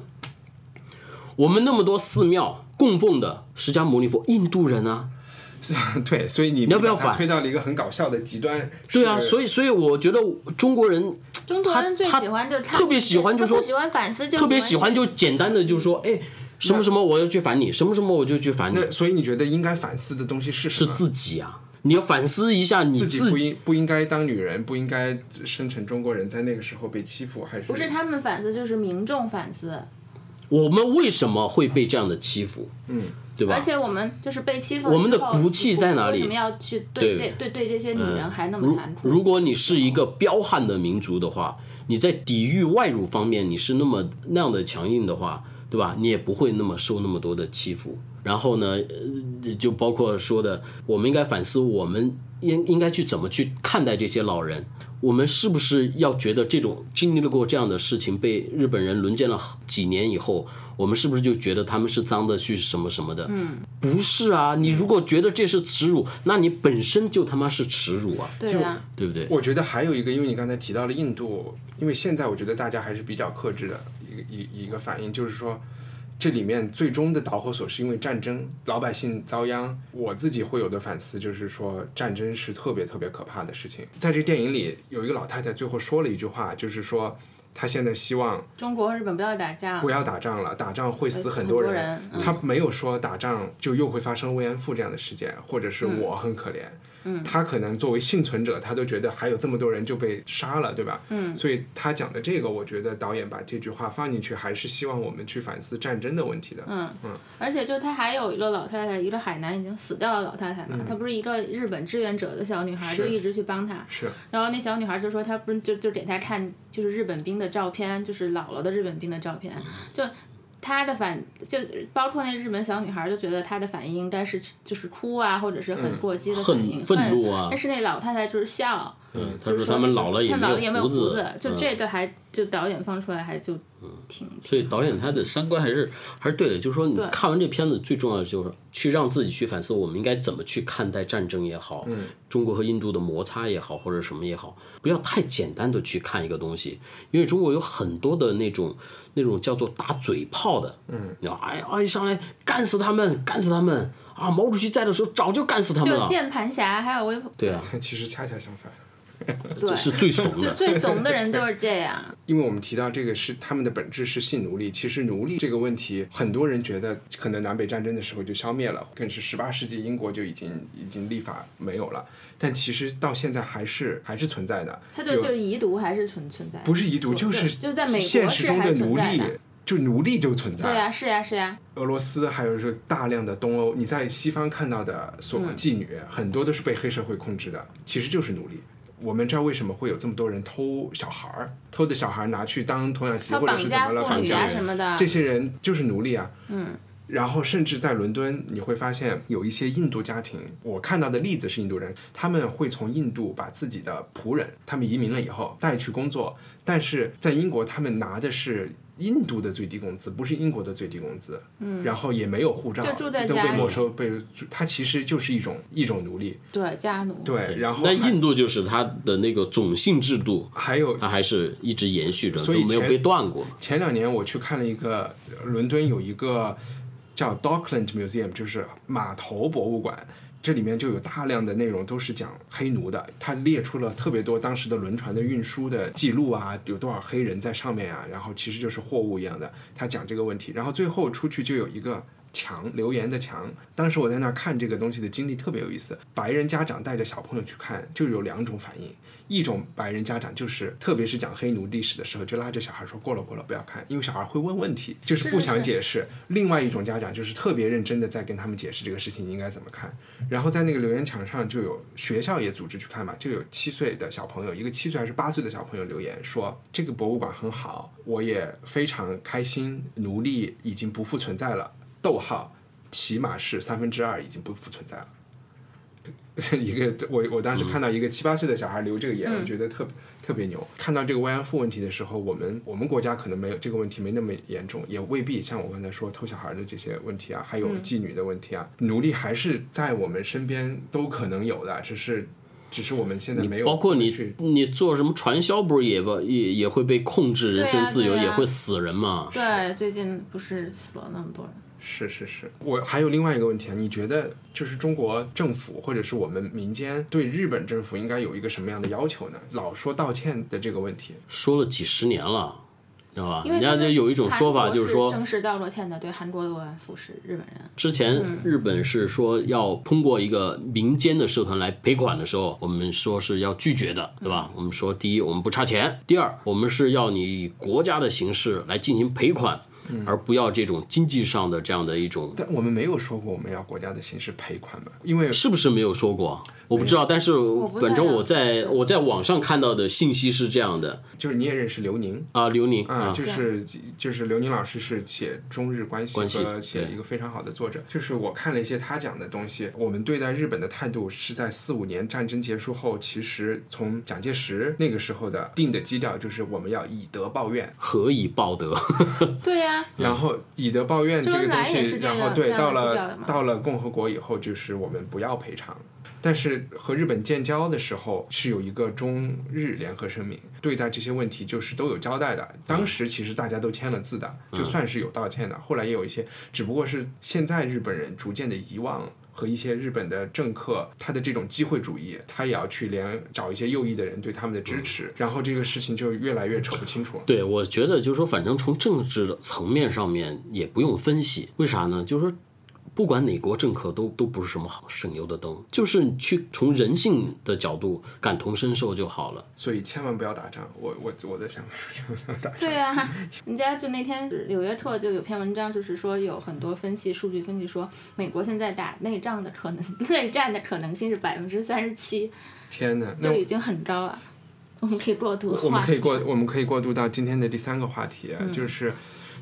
我们那么多寺庙供奉的释迦牟尼佛，印度人啊， 对，所以你你要不要把它反推到了一个很搞笑的极端？对啊，是所以所以我觉得中国人中国人最喜欢就是特别喜欢就他说不喜欢反思，就特别喜欢就简单的就说哎。什么什么我要去烦你，什么什么我就去烦你。那所以你觉得应该反思的东西是什是么？自己啊，你要反思一下你自自己不应不应该当女人，不应该生成中国人在那个时候被欺负，还是不是他们反思，就是民众反思，我们为什么会被这样的欺负？嗯，对吧而？且我们就是被欺负了之后，我们的骨气在哪里为什么要去对对嗯这对对这些女人还那么如残酷？如果你是一个彪悍的民族的话，你在抵御外辱方面你是那么那样的强硬的话，对吧？你也不会那么受那么多的欺负。然后呢，呃就包括说的，我们应该反思，我们应应该去怎么去看待这些老人。我们是不是要觉得这种经历了过这样的事情，被日本人轮奸了几年以后，我们是不是就觉得他们是脏的去什么什么的？嗯，不是啊，你如果觉得这是耻辱，那你本身就他妈是耻辱啊，对呀，对不对？我觉得还有一个，因为你刚才提到了印度，因为现在我觉得大家还是比较克制的一个一一个反应，就是说这里面最终的导火索是因为战争，老百姓遭殃。我自己会有的反思就是说，战争是特别特别可怕的事情。在这电影里，有一个老太太最后说了一句话，就是说她现在希望中国和日本不要打架，不要打仗了，打仗会死很多很多人人。嗯他没有说打仗就又会发生慰安妇这样的事件，或者是嗯我很可怜。他可能作为幸存者，他都觉得还有这么多人就被杀了，对吧？嗯，所以他讲的这个，我觉得导演把这句话放进去，还是希望我们去反思战争的问题的。嗯，而且就她还有一个老太太，一个海南已经死掉的老太太嗯嘛，她不是一个日本志愿者的小女孩，是就一直去帮她。是然后那小女孩就说，她不是就就给她看就是日本兵的照片，就是姥姥的日本兵的照片，嗯就。她的反就包括那日本小女孩就觉得她的反应应该是就是哭啊，或者是很过激的反应，恨愤怒啊但是那老太太就是笑，嗯，他就说是他们老了也他们老了也没有胡胡子，就嗯这个还就导演放出来还就挺所以导演他的三观还是还是对的，就是说你看完这片子，最重要的就是去让自己去反思，我们应该怎么去看待战争也好，嗯中国和印度的摩擦也好，或者什么也好，不要太简单的去看一个东西，因为中国有很多的那种那种叫做打嘴炮的，嗯，你知道，哎呀，哎一上来干死他们，干死他们啊！毛主席在的时候早就干死他们就了，键盘侠还有微对啊，其实恰恰相反。对呃这是最怂 的，最怂的人就是 这样，因为我们提到这个是他们的本质是性奴隶，其实奴隶这个问题，很多人觉得可能南北战争的时候就消灭了，更是十八世纪英国就已经已经立法没有了，但其实到现在还是还是存在的。他对有就是遗毒还是存存在的，不是遗毒，对就是就在美国是现实中的还奴存在隶啊的，就奴隶就存在。对呀、啊是呀、是呀、俄罗斯还有是大量的东欧，你在西方看到的所妓女，很多都是被黑社会控制的，其实就是奴隶。我们知道为什么会有这么多人偷小孩儿，偷的小孩儿拿去当童养媳还有或者啊绑是怎么架了妇绑女架啊人什么的，这些人就是奴隶啊。嗯。然后，甚至在伦敦，你会发现有一些印度家庭，我看到的例子是印度人，他们会从印度把自己的仆人，他们移民了以后带去工作，但是在英国，他们拿的是印度的最低工资，不是英国的最低工资。嗯，然后也没有护照就住，在都家被里没收，被他其实就是一种一种奴隶。对家奴，对，然后那还印度就是它的那个种姓制度，还有它还是一直延续着，所以都没有前被断过。前两年我去看了一个呃伦敦有一个叫 Dockland Museum，就是码头博物馆。这里面就有大量的内容都是讲黑奴的，他列出了特别多当时的轮船的运输的记录啊，有多少黑人在上面啊，然后其实就是货物一样的，他讲这个问题。然后最后出去就有一个墙，留言的墙。当时我在那儿看这个东西的经历特别有意思，白人家长带着小朋友去看，就有两种反应。一种白人家长就是，特别是讲黑奴历史的时候，就拉着小孩说过了过了，不要看，因为小孩会问问题，就是不想解释。另外一种家长就是特别认真的在跟他们解释这个事情应该怎么看。然后在那个留言墙上就有学校也组织去看嘛，就有七岁的小朋友，一个七岁还是八岁的小朋友留言说这个博物馆很好，我也非常开心，奴隶已经不复存在了。逗号，起码是三分之二已经不复存在了。 一个我我嗯当时看到一个七八岁的小孩留这个言，我觉得特别特别牛。看到这个慰安妇问题的时候，我们我们国家可能没有这个问题没那么严重，也未必像我刚才说偷小孩的这些问题啊，还有妓女的问题啊，奴隶还是在我们身边都可能有的，只是只是我们现在没有包括怎么你去你做什么传销，不是也不也也会被控制人身自由，对啊对啊也会死人嘛？对，最近不是死了那么多人。是是是，我还有另外一个问题啊，你觉得就是中国政府或者是我们民间对日本政府应该有一个什么样的要求呢？老说道歉的这个问题，说了几十年了，知道吧？因为人家就有一种说法，就是说，正式道过歉的对韩国的啊慰安妇是日本人，之嗯前日本是说要通过一个民间的社团来赔款的时候，我们说是要拒绝的，对吧？我们说，第一，我们不差钱；第二，我们是要你以国家的形式来进行赔款，嗯而不要这种经济上的这样的一种。但我们没有说过我们要国家的形式赔款吧？因为是不是没有说过？我不知道，但是不太反正我了在我在网上看到的信息是这样的就是你也认识刘宁。啊，刘宁啊，啊，就是就是刘宁老师是写中日关系关系和写对一个非常好的作者。就是我看了一些他讲的东西，我们对待日本的态度是在四五年战争结束后，其实从蒋介石那个时候的定的基调就是我们要以德报怨，何以报德？ 对呀、然后以德报怨这周个恩东来也西，嗯是这样然后对这样到的基调了的嘛到了共和国以后，就是我们不要赔偿。但是和日本建交的时候是有一个中日联合声明，对待这些问题就是都有交代的。当时其实大家都签了字的，嗯就算是有道歉的。后来也有一些，只不过是现在日本人逐渐的遗忘和一些日本的政客他的这种机会主义，他也要去联找一些右翼的人对他们的支嗯持，然后这个事情就越来越扯不清楚了。对，我觉得就是说，反正从政治的层面上面也不用分析，为啥呢？就是说，不管哪国政客都都不是什么好省油的灯，就是你去从人性的角度感同身受就 好了。所以千万不要打仗。我我我的想法是千万不要打仗。对呀、人家就那天《纽约客》就有篇文章，就是说有很多分析数据分析说，美国现在打内战的可能 内战的可能性是百分之三十七， 天呐，那就已经很高了。我们可以过渡我们话可以题，嗯过，我们可以过渡到今天的第三个话题，啊就是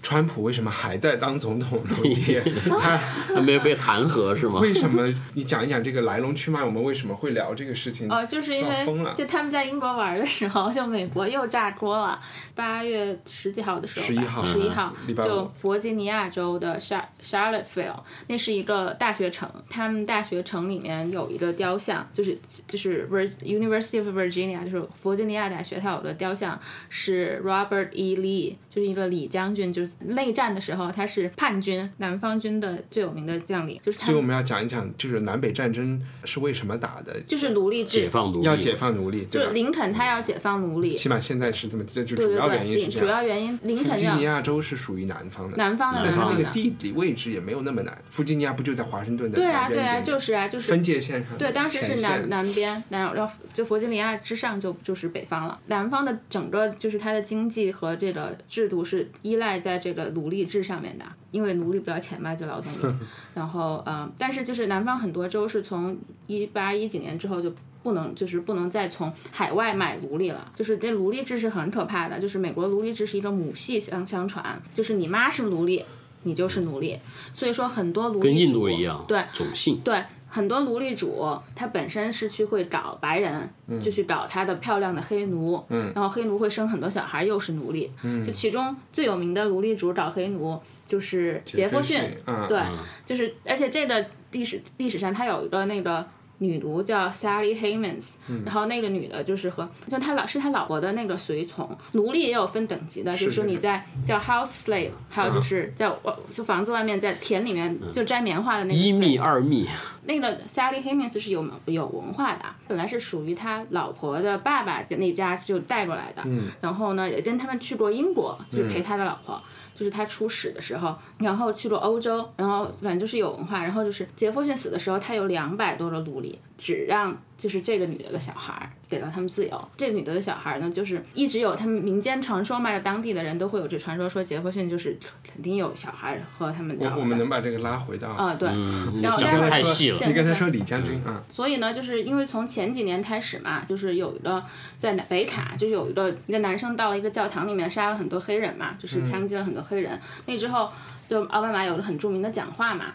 川普为什么还在当总统楼梯？他还没有被弹劾是吗？为什么？你讲一讲这个来龙去脉，我们为什么会聊这个事情？哦，就是因要疯为了就他们在英国玩的时候，就美国又炸锅了。八月十几号的时候吧， 11号十一号礼拜五就弗吉尼亚州的沙 Charlottesville，那是一个大学城，他们大学城里面有一个雕像，就是就是 Vir University of Virginia，就是弗吉尼亚大学，它有个雕像是 Robert E. Lee，就是一个李将军，就是内战的时候他是叛军南方军的最有名的将领，就是他所以我们们要讲一讲，就是南北战争是为什么打的？就是奴隶制解，放奴隶，要解放奴隶，就对是吧？林肯他要解放奴隶。起码现在是这么，这就对主对要对，原因是林主这样要。原因林弗肯吉尼要亚州是属于南方的，南方的但南它那方个的，地理位置也没有那么难。弗吉尼亚不就在华盛顿的对南啊边对一啊，点点就是啊就是分界线上的前线？对，当时是南南边，南然后就弗吉尼亚啊之上就就是北方了。南方的整个就是它的经济和这个制度是依赖在这个奴隶制上面的，因为奴隶不要钱嘛，就劳动 力。然后呃，但是就是南方很多州是从一八一几年之后就。不能，就是不能再从海外买奴隶了。就是这奴隶制是很可怕的，就是美国奴隶制是一个母系相相传，就是你妈是奴隶，你就是奴隶。所以说很多奴隶跟印主度一样，对，种姓。对，很多奴隶主他本身是去会搞白人，嗯就去搞他的漂亮的黑奴，然后黑奴会生很多小孩，又是奴隶。嗯就其中最有名的奴隶主搞黑奴就是杰杰弗斐逊，逊嗯对，就是而且这个历史历史上他有一个那个。女奴叫 Sally Hemans，、然嗯后那个女的就是和就他老是他老婆的那个随从，奴隶也有分等级的，就是是啊说你是在叫 house slave，还有就是在我就房子外面在田里面就摘棉花的那个嗯一 slave 密二密，那个 Sally Hemings 是有有文化的，啊本来是属于他老婆的爸爸那家就带过来的，嗯然后呢也跟他们去过英国，就是陪他的老婆。就是他出使的时候，然后去过欧洲，然后反正就是有文化，然后就是杰弗逊死的时候，他有两百多个奴隶，只让就是这个女的的小孩儿给了他们自由。这个女的的小孩儿呢，就是一直有他们民间传说嘛，当地的人都会有这传说，说杰弗逊就是肯定有小孩儿和他们我打我们能把这个拉回到啊、对，嗯，然后讲刚但的才是太说细了。你刚才说李将军啊，所以呢，就是因为从前几年开始嘛，就是有一个在南北卡，就是有一个一个男生到了一个教堂里面杀了很多黑人嘛，就是枪击了很多黑人。那之后，就奥巴马有个很著名的讲话嘛。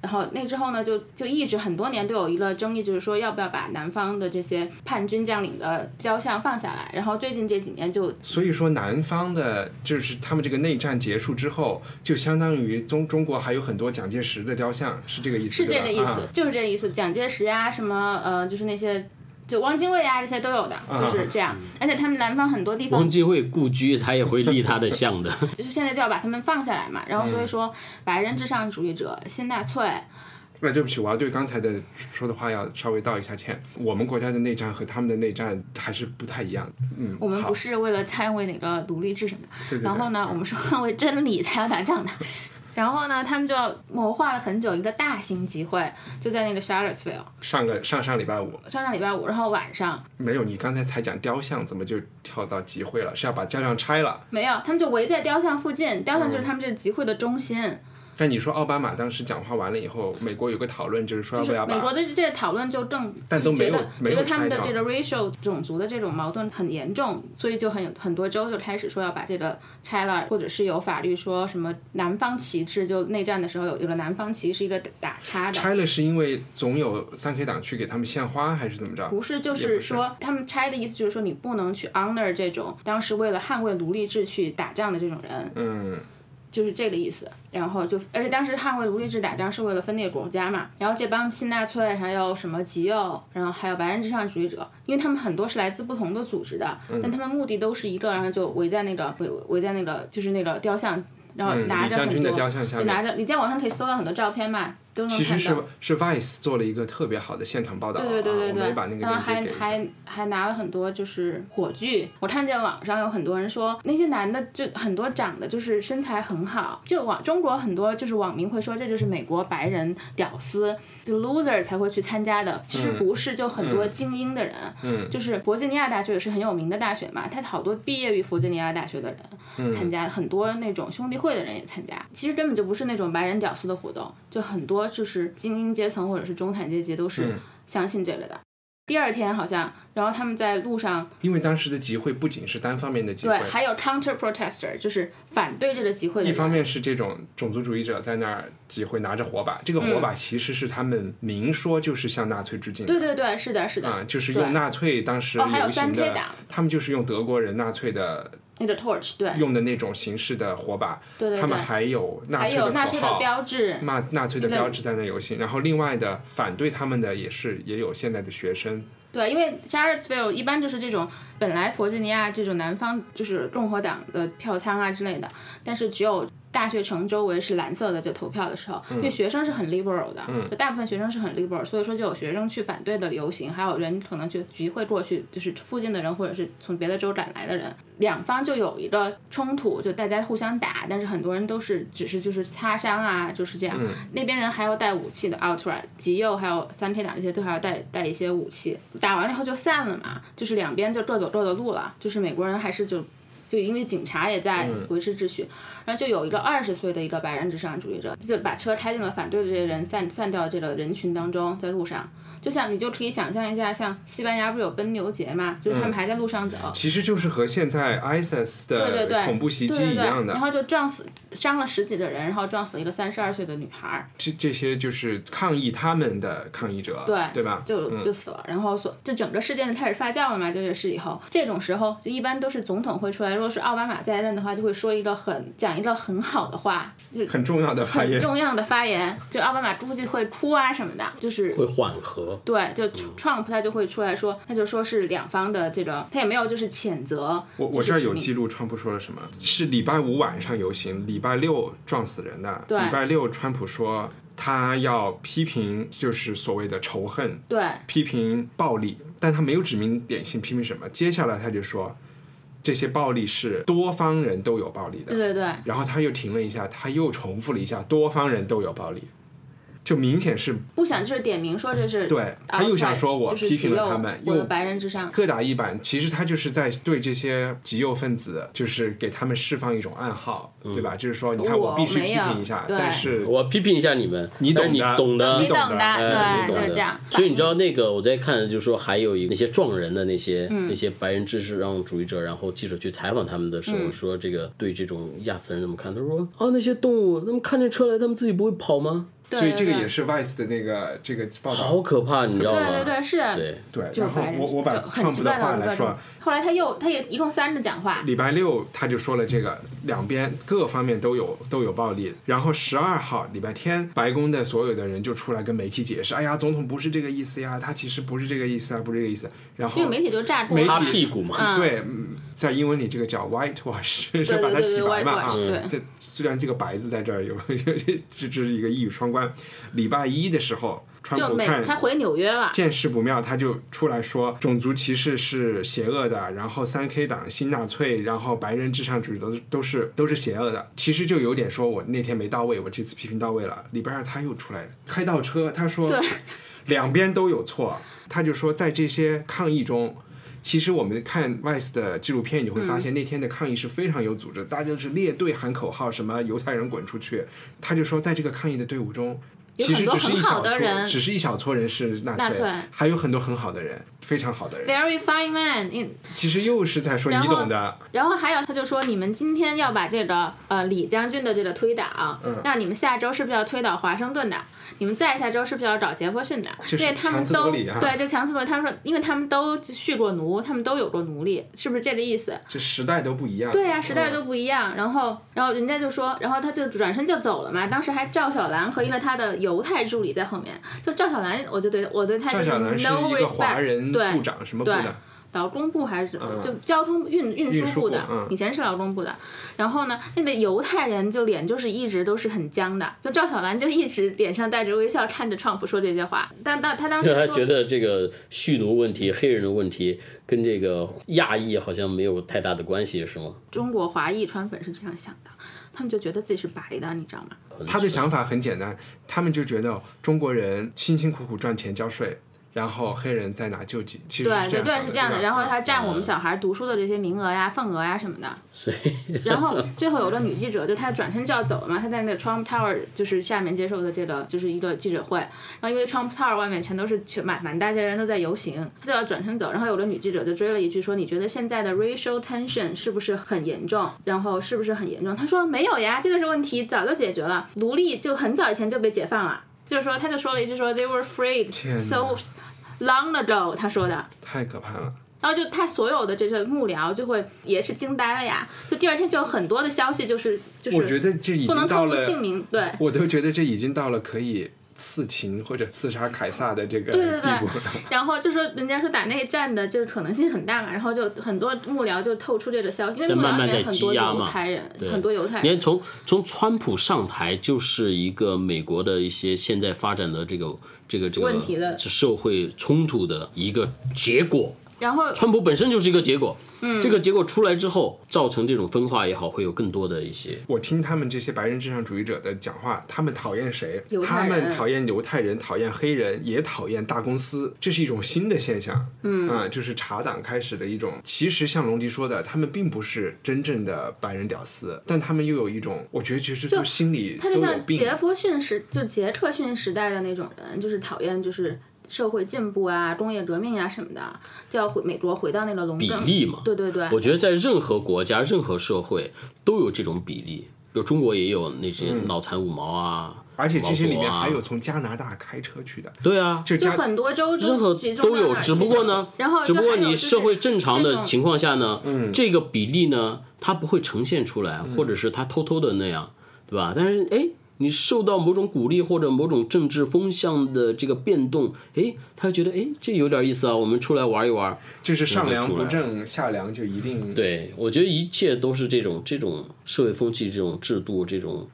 然后那之后呢，就就一直很多年都有一个争议，就是说要不要把南方的这些叛军将领的雕像放下来。然后最近这几年就所以说南方的，就是他们这个内战结束之后，就相当于中中国还有很多蒋介石的雕像，是这个意思？是对这吧个意思，啊就是这个意思。蒋介石啊，什么呃，就是那些就汪精卫啊，这些都有的，就是这样。而且他们南方很多地方汪精卫故居，他也会立他的 像的。就是现在就要把他们放下来嘛。然后所以说，白人至上主义者、新纳粹，那对不起，我要对刚才的说的话要稍微道一下歉。我们国家的内战和他们的内战还是不太一样。嗯，我们好不是为了捍卫哪个奴隶制什么的，嗯对对对然后呢，我们是捍卫真理才要打仗的。然后呢，他们就谋划了很久一个大型集会，就在那个 Charlottesville，上个上上礼拜五上上礼拜五，然后晚上没有，你刚才才讲雕像，怎么就跳到集会了？是要把雕像拆了？没有，他们就围在雕像附近，雕像就是他们这个集会的中心。但你说奥巴马当时讲话完了以后，美国有个讨论，就是说要就不是要把美国的这这讨论就更，但都没有觉得没有觉得他们的拆这掉个 racial 种族的这种矛盾很严重，所以就很有很多州就开始说要把这个拆了，或者是有法律说什么南方旗帜，就内战的时候有有个南方旗是一个打叉的。拆了，是因为总有三 K 党去给他们献花，还是怎么着？不是，就也不是说他们拆的意思就是说你不能去 honor 这种当时为了捍卫奴隶制去打仗的这种人，嗯，就是这个意思。然后就，而且当时捍卫奴隶制打仗是为了分裂国家嘛。然后这帮新纳粹，还有什么极右，然后还有白人至上主义者，因为他们很多是来自不同的组织的，嗯但他们目的都是一个，然后就围在那个围围在那个就是那个雕像，然后嗯拿李着很将多，军的雕像下就面拿着，你在网上可以搜到很多照片嘛，都能其实看是到。是 Vice 做了一个特别好的现场报道，对对对对啊、我对，没把那个然后链接还给一下。还还拿了很多就是火炬，我看见网上有很多人说那些男的就很多长得就是身材很好，就网中国很多就是网民会说这就是美国白人屌丝就 loser 才会去参加的，其实嗯不是，就很多精英的人，嗯，就是弗吉尼亚大学也是很有名的大学嘛，他好多毕业于弗吉尼亚大学的人、嗯参加，很多那种兄弟会的人也参加，其实根本就不是那种白人屌丝的活动，就很多就是精英阶层或者是中产阶级都嗯是相信这个的。第二天好像，然后他们在路上，因为当时的集会不仅是单方面的集对会，，还有 counter protester，就是反对这个集会的一人。方面是这种种族主义者在那儿集会拿着火把，这个嗯火把其实是他们明说就是向纳粹致敬的。对对对，是的，是的，啊，就是对用纳粹当时哦还有流行的， 3K 党他们就是用德国人纳粹的那个 torch，对，用的那种形式的火把，对对对他们还有纳还粹有的纳口粹的号，嗯标志，纳纳粹的因为标志在那游行，然后另外的反对他们的也是也有现在的学生，对，因为 Charlottesville 一般就是这种本来弗吉尼亚这种南方就是共和党的票仓啊之类的，但是只有大学城周围是蓝色的，就投票的时候，因为学生是很 liberal 的，就大部分学生是很 liberal，所以说就有学生去反对的游行，还有人可能就集会过去，就是附近的人或者是从别的州赶来的人，两方就有一个冲突，就大家互相打，但是很多人都是只是就是擦伤啊，就是这样。那边人还要带武器的，outright 极右还有三 K 党这些都还要带带一些武器。打完了以后就散了嘛，就是两边就各走各的路了。就是美国人还是就就因为警察也在嗯维持秩序，然后就有一个二十岁的一个白人至上主义者，就把车开进了反对的这些人散散掉的这个人群当中，在路上。就像你就可以想象一下，像西班牙不是有奔牛节嘛，就是他们还在路上走，其实就是和现在 ISIS 对对的对，恐怖袭击对对一对样的。然后就撞死伤了十几个人，然后撞死一个三十二岁的女孩儿，这这些就是抗议他们的抗议者，对对吧？嗯就就死了，然后所就整个事件就开始发酵了嘛，这件事以后，这种时候就一般都是总统会出来，如果是奥巴马在任的话，就会说一个很讲一个很好的话，就是很重要的发很言。重要的发言， 就奥巴马估计会哭啊什么的，就是会缓和。对，就嗯 Trump 他就会出来说，他就说是两方的这个，他也没有就是谴责，我我这儿有记录，川普说了什么？是礼拜五晚上游行，礼拜六撞死人的。对礼拜六，川普说他要批评就是所谓的仇恨，对，批评暴力，但他没有指明典型批评什么。接下来他就说，这些暴力是多方人都有暴力的。对对对，然后他又停了一下，他又重复了一下，多方人都有暴力，就明显是不想就是点名说这是对他又想说我 outside，就是批评了极右他们我又的白人至上，各打一板。其实他就是在对这些极右分子，就是给他们释放一种暗号，对吧？就是说，你看我我必须没批有评一下，对但是我批评一下你们，你但是懂的你懂的，你你懂懂的哎的，对，你懂就的是这样。所以你知道那个我在看，就是说还有一那些撞人的那些、那些白人至上主义者，然后记者去采访他们的时候、说这个对这种亚斯人怎么看？他说啊，那些动物他们看见车来，他们自己不会跑吗？对所以这个对也是 Vice 的那个这个报好道。可怕，你知道对吗？对对是，对对，就是然后白人我我把就很创奇普的怪话的来观说众，。后来他又他也一共三着讲话，礼拜六他就说了这个，两边各方面都有都有暴力。然后十二号礼拜天，白宫的所有的人就出来跟媒体解释，哎呀，总统不是这个意思呀，他其实不是这个意思啊，不是这个意思。然后因为啊媒体就炸住媒体擦了，屁股嘛，对，嗯在英文里这个叫 whitewash，对是把它对洗对白嘛啊 whitewash，对。这虽然这个“白”字在这儿有， 这这是一个一语双关。礼拜一的时候，川就普美看他回纽约了，见势不妙，他就出来说种族歧视是邪恶的，然后三 K 党、新纳粹，然后白人至上主义都是都是都是邪恶的。其实就有点说我那天没到位，我这次批评到位了。礼拜二他又出来开倒车，他说两边都有错，他就说在这些抗议中。其实我们看 Vice 的纪录片，你会嗯发现那天的抗议是非常有组织，大家都是列队喊口号，什么犹太人滚出去。他就说，在这个抗议的队伍中，有其实很多只是一很小好的撮，人只是一小撮人是纳纳粹，粹还有很多很好的人，非常好的人。 Very fine man，in- 其实又是在说然你后懂的，然后还有他就说，你们今天要把这个呃李将军的这个推倒，嗯那你们下周是不是要推倒华盛顿的？你们再下周是不是要找杰弗逊的？这因是为他们强词夺都理啊对，就强词夺理。他们说，因为他们都蓄过奴，他们都有过奴隶，是不是这个意思？这时代都不一样。对呀、时代嗯都不一样。然后，然后人家就说，然后他就转身就走了嘛。当时还赵小兰和一个他的犹太助理在后面。就赵小兰，我就对我对他就赵是小 no 兰 respect，是一个华人对部长，什么部对长？劳工部还是什么嗯就交通运运运输输部部的，嗯以前是劳工部的。然后呢，那个犹太人就脸就是一直都是很僵的，就赵小兰就一直脸上带着微笑看着川普说这些话。但但他当时让 他说觉得这个蓄奴问题、黑人的问题跟这个亚裔好像没有太大的关系，是吗？中国华裔川粉是这样想的，他们就觉得自己是白的，你知道吗？他的想法很简单，他们就觉得中国人辛辛苦苦赚钱交税，然后黑人在拿救济，其实对是这对样对，想是这样对的。吧然后嗯他占我们小孩读书的这些名额呀、份额呀 什么的。所以然后最后有个女记者，就她转身就要走了嘛，她在那个 Trump Tower 就是下面接受的这个就是一个记者会，然后因为 Trump Tower 外面全都是全满满大街人都在游行，她就要转身走，然后有个女记者就追了一句说：“你觉得现在的 racial tension 是不是很严重？然后是不是很严重？”她说：“没有呀，这个是问题早就解决了，奴隶就很早以前就被解放了。”就是说，她就说了一句说 “They were freed 天哪 so long ago”，她说的。太可怕了。然后就他所有的这些幕僚就会也是惊呆了呀，就第二天就有很多的消息，就是就是我觉得这已不经能到透露了姓名，对我都觉得这已经到了可以刺秦或者刺杀凯撒的这个对对地步对了。然后就说人家说打内战的就是可能性很大嘛，然后就很多幕僚就透出这个消息，因为在幕慢僚慢里面在很积多压犹嘛太人，对很多犹太你人，看，从从川普上台就是一个美国的一些现在发展的这个这个这个问题的社会冲突的一个结果。然后川普本身就是一个结果，嗯，这个结果出来之后，造成这种分化也好，会有更多的一些我听他们这些白人至上主义者的讲话，他们讨厌谁犹？他太人们讨厌犹太人，讨厌黑人，也讨厌大公司。这是一种新的现象，嗯啊、就是茶党开始的一种。其实像龙迪说的，他们并不是真正的白人屌丝，但他们又有一种，我觉得其实就心里他都就有像病。杰弗逊时，就杰克逊时代的那种人，就是讨厌就是社会进步啊、工业革命啊什么的，就要回美国回到那个龙比正例嘛。对对对，我觉得在任何国家、任何社会都有这种比例，比如中国也有那些嗯脑残五毛啊，而且这些里面还毛有狗啊从加拿大开车去的，对啊，就就加很多州任何集中都到有，哪儿只不去过呢，然后只不就过还有你就是社会正常这的种情况下呢，这个比例呢，它不会呈现出来，或者是它偷偷的那样，对吧？但是哎，你受到某种鼓励或者某种政治风向的这个变动，哎，他觉得哎，这有点意思啊，我们出来玩一玩。就是上梁出不来正下梁就一定对，我觉得一切都是这种这种社会风气、这种制度、这种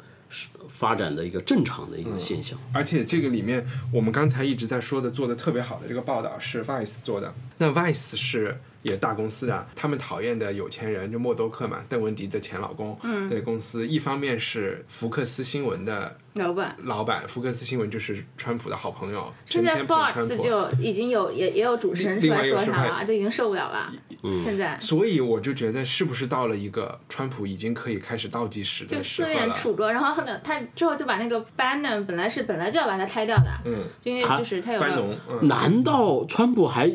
发展的一个正常的一个现象。而且这个里面，我们刚才一直在说的做的特别好的这个报道是 Vice 做的。那 Vice 是也大公司啊，他们讨厌的有钱人就默多克嘛，邓文迪的前老公，嗯，对公司一方面是福克斯新闻的老板。老板，福克克斯新闻就是川普的好朋友，现成在天捧川 Fox 普。就已经有也也有主持人出另来另外一个嗯说是他了，还就已经受不了了。嗯现在所以我就觉得，是不是到了一个川普已经可以开始倒计时就的时候四面了？楚歌，然后后呢，他之后就把那个 Bannon 本来是本来就要把他开掉的，嗯，因为就是他有班个农，嗯，难道川普还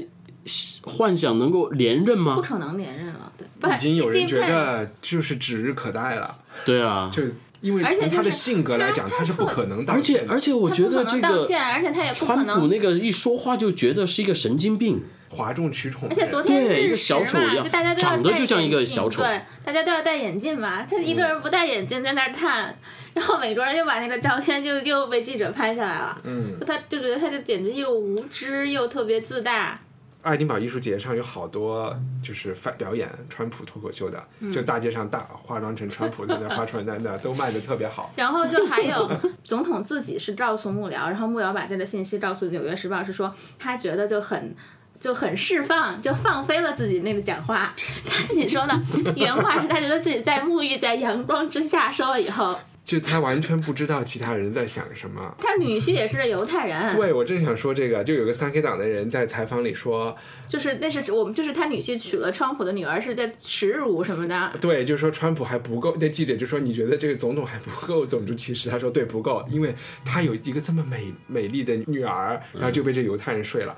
幻想能够连任不吗？可能连任了，对，嗯已经有人觉 Depends 得就是指日可待了，对啊，就因为而且从他就的是性格来讲，他他是不可能道而歉且的。而且我他觉不可得这能道个歉，而且他也不可川普能。那个一说话就觉得是一个神经病，哗众取宠的而人，且昨天对一日个食小丑嘛，一样就大家都要长得戴就像一个眼镜小丑嗯对，大家都要戴眼镜嘛。他一个人不戴眼镜在那儿看，然后美国人又把那个照片就又被记者拍下来了。嗯，他就觉得他就简直又无知又特别自大。爱丁堡艺术节上有好多就是翻表演川普脱口秀的，嗯就大街上大化妆成川普在那 发传单的，都卖的特别好。然后就还 有总统自己是告诉幕僚，然后幕僚把这个信息告诉《纽约时报》，是说他觉得就很。就很释放，就放飞了自己那个讲话。 他自己说呢，原话是他觉得自己在沐浴在阳光之下，说了以后，就他完全不知道其他人在想什么。他女婿也是个犹太人，对，我正想说这个，就有个三 K 党的人在采访里说，就是那是我们就是他女婿娶了川普的女儿，是在耻辱什么的。对，就说川普还不够。那记者就说：“你觉得这个总统还不够种族歧视？”他说：“对，不够，因为他有一个这么美美丽的女儿，然后就被这犹太人睡了。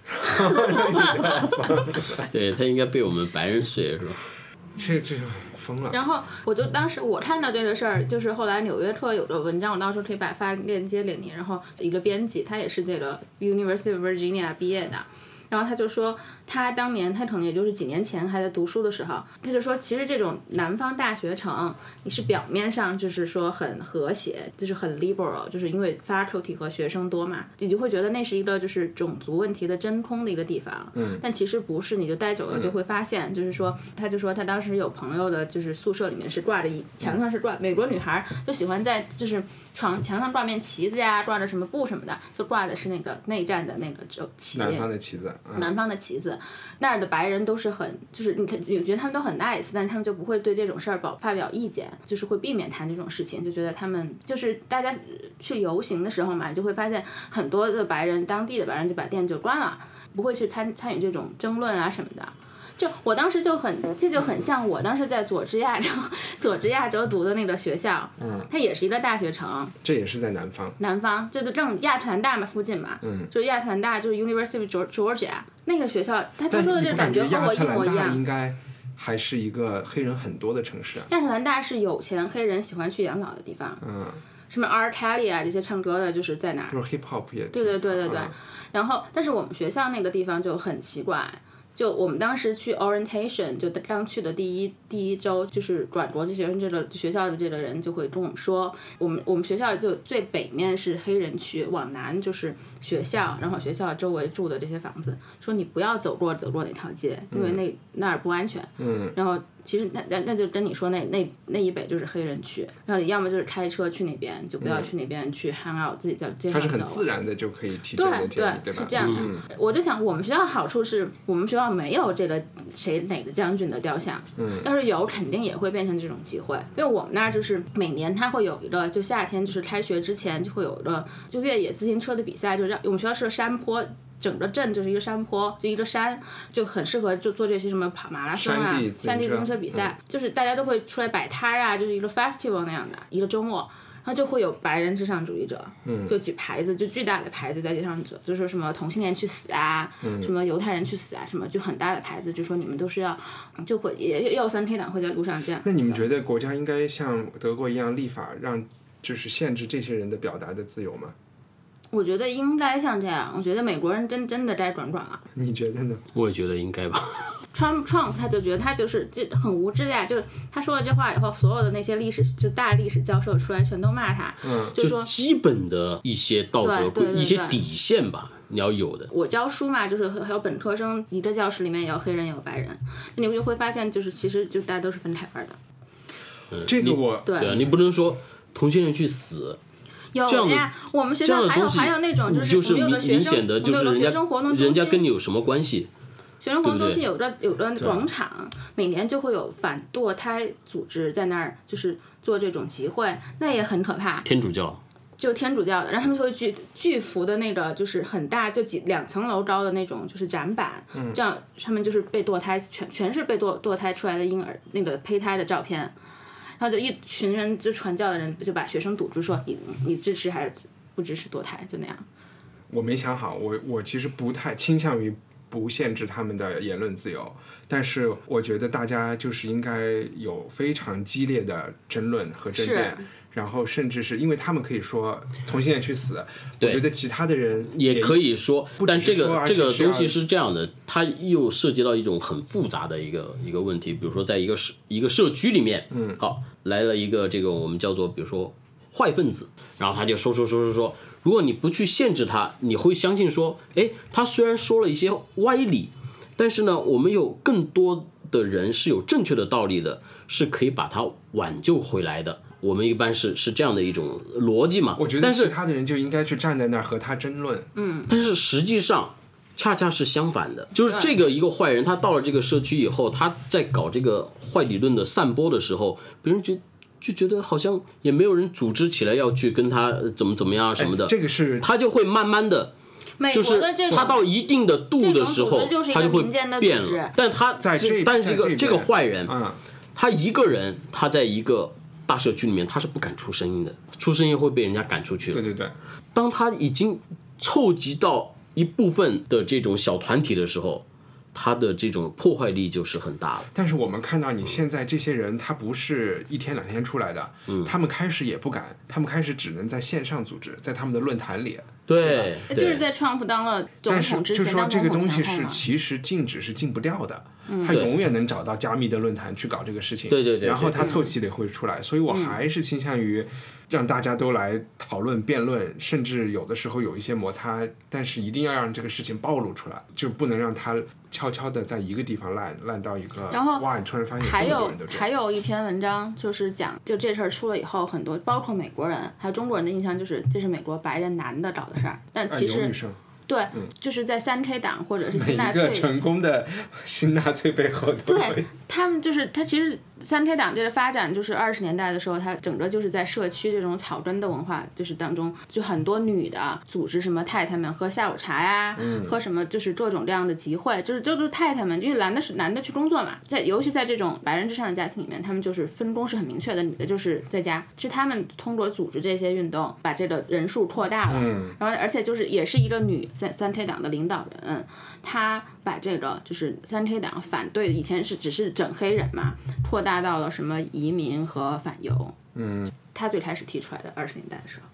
对他应该被我们白人睡是吧？这这疯了。然后我就当时我看到这个事儿，就是后来《纽约客》有个文章，我到时候可以把发链接给你。然后一个编辑，他也是这个 University of Virginia 毕业的，然后他就说，他当年他可能也就是几年前还在读书的时候，他就说，其实这种南方大学城，你是表面上就是说很和谐，就是很 liberal，就是因为 faculty 和学生多嘛，你就会觉得那是一个就是种族问题的真空的一个地方。嗯，但其实不是，你就待久了就会发现，就是说，他就说他当时有朋友的，就是宿舍里面是挂着一墙上是挂美国女孩儿就喜欢在就是。床墙上挂面旗子呀，挂着什么布什么的，就挂的是那个内战的那个就旗。南方的旗子，嗯南方的旗子，那儿的白人都是很，就是你看，你觉得他们都很 nice，但是他们就不会对这种事儿表发表意见，就是会避免谈这种事情，就觉得他们就是大家去游行的时候嘛，就会发现很多的白人，当地的白人就把店就关了，不会去参参与这种争论啊什么的。就我当时就很，这就很像我当时在佐治亚州， 佐治亚州读的那个学校，它也是一个大学城，这也是在南方。南方，就是正亚特兰大嘛附近嘛，就是亚特兰大，就是 University of Geor- Georgia 那个学校，他他但说的你这不个感觉和亚我一特模兰一大应样。该还是一个黑人很多的城市啊？亚特兰大是有钱黑人喜欢去养老的地方，嗯，什么 R. Kelly 啊这些唱歌的，就是在哪儿就？是 hip hop 也对对对对对嗯。然后，但是我们学校那个地方就很奇怪，就我们当时去 orientation，就刚去的第一第一周，就是转国际学生这个学校的这个人就会跟我们说，我们我们学校就最北面是黑人区，往南就是学校，然后学校周围住的这些房子，说你不要走过走过哪条街，因嗯为那、那儿不安全。嗯。然后其实那那那就跟你说那那那以北就是黑人区，然后你要么就是开车去那边，就不要去那边去 hang out，自己在街嗯它上是走。很自然的就可以提对这个建议，对吧？嗯是这样的。我就想，我们学校好处是我们学校没有这个谁哪个将军的雕像，嗯要是有，肯定也会变成这种集会。因为我们那儿就是每年它会有一个，就夏天就是开学之前就会有一个就越野自行车的比赛，就让我们学校是个山坡。整个镇就是一个山坡，就一个山，就很适合就做这些什么跑马拉松啊山地、自行车嗯山地自行车比赛，就是大家都会出来摆摊儿啊，就是一个 festival 那样的一个周末。然后就会有白人至上主义者，嗯就举牌子，就巨大的牌子在街上走，就说什么同性恋去死啊，嗯什么犹太人去死啊，什么就很大的牌子，就说你们都是要，就会也也有三 K 党会在路上这样。那你们觉得国家应该像德国一样立法，让就是限制这些人的表达的自由吗？我觉得应该像这样，我觉得美国人真真的该管管了。你觉得呢？我也觉得应该吧。 Trump Trump 他就觉得他就是这很无知的呀，就是他说了这话以后，所有的那些历史就大历史教授出来全都骂他，嗯就就说基本的一些道德对规对、对一些对底线吧，你要有的。我教书嘛，就是还有本科生，一个教室里面也有黑人也有白人，那你就会发现就是其实就大家都是分开班的。这个我对对啊，你不能说同性恋去死，有这样的呀，我们学这样校的还有东西还有那种就是我们有明个学明显生，的我们就有是个学人家生活动中人家心跟你有什么关系？学生活动对中不对心有个有个广场，每年就会有反堕胎组织在那儿就是做这种集会，那也很可怕。天主教就天主教的，然后他们就会巨巨幅的那个，就是很大，就几两层楼高的那种，就是展板，嗯这样上面就是被堕胎，全全是被堕堕胎出来的婴儿那个胚胎的照片，然后就一群人就传教的人就把学生堵住说你你支持还是不支持堕胎，就那样。我没想好，我我其实不太倾向于不限制他们的言论自由，但是我觉得大家就是应该有非常激烈的争论和争辩是。然后，甚至是因为他们可以说同性恋去死，我觉得其他的人也可以说，不但只这是说个而这且个是东要西是这样的，它又涉及到一种很复杂的一个一个问题，比如说在一个社一个社区里面，嗯，好来了一个这个我们叫做比如说坏分子，然后他就说说说说说，如果你不去限制他，你会相信说，哎，他虽然说了一些歪理，但是呢，我们有更多的人是有正确的道理的，是可以把它挽救回来的。我们一般是是这样的一种逻辑嘛，我觉得但其是他的人就应该去站在那儿和他争论。但是实际上恰恰是相反的，就是这个一个坏人，他到了这个社区以后，他在搞这个坏理论的散播的时候，别人就就觉得好像也没有人组织起来要去跟他呃怎么怎么样啊什么哎的，这个是他就会慢慢的。美就国是哎的这种他到一定的度的时这种候组织就是，一个他就会民间的组织变了。但他在这但是在这个这这个边坏人，嗯，他一个人，他在一个大社区里面，他是不敢出声音的，出声音会被人家赶出去的。对对对，当他已经凑集到一部分的这种小团体的时候，他的这种破坏力就是很大了。但是我们看到你现在这些人，他不是一天两天出来的，嗯他们开始也不敢，他们开始只能在线上组织，在他们的论坛里。对，呃哎就对是在川普当了总但是统之就前，说当这总个统东西前后嗯是嘛其实禁止是禁不掉的，他对永远能找到加密的论坛去搞这个事情。对对对对然后他对凑齐了会出来，所以我嗯还是倾向于让大家都来讨论、辩论，甚至有的时候有一些摩擦，但是一定要让这个事情暴露出来，就不能让它悄悄的在一个地方烂烂到一个。然后哇，你突然发现还这么多有人都这还样。有一篇文章，就是讲就这事儿出了以后，很多包括美国人还有中国人的印象就是这是美国白人男的搞的事儿，但啊其有实女生，嗯对，就是在三 K 党或者是每新纳一个粹成功的 新纳粹背后都对会他们就是他，其实三 K 党这个发展，就是二十年代的时候，它整个就是在社区这种草根的文化就是当中，就很多女的组织什么太太们喝下午茶呀、喝什么就是各种各样的集会，就是就是太太们，因为男的是男的去工作嘛，在尤其在这种白人至上的家庭里面，他们就是分工是很明确的，女的就是在家，是他们通过组织这些运动把这个人数扩大了，然后而且就是也是一个女三三 K 党的领导人，他把这个就是三 K 党反对以前是只是整黑人嘛，扩大到了什么移民和反犹。嗯，他最开始提出来的二十年代的时候，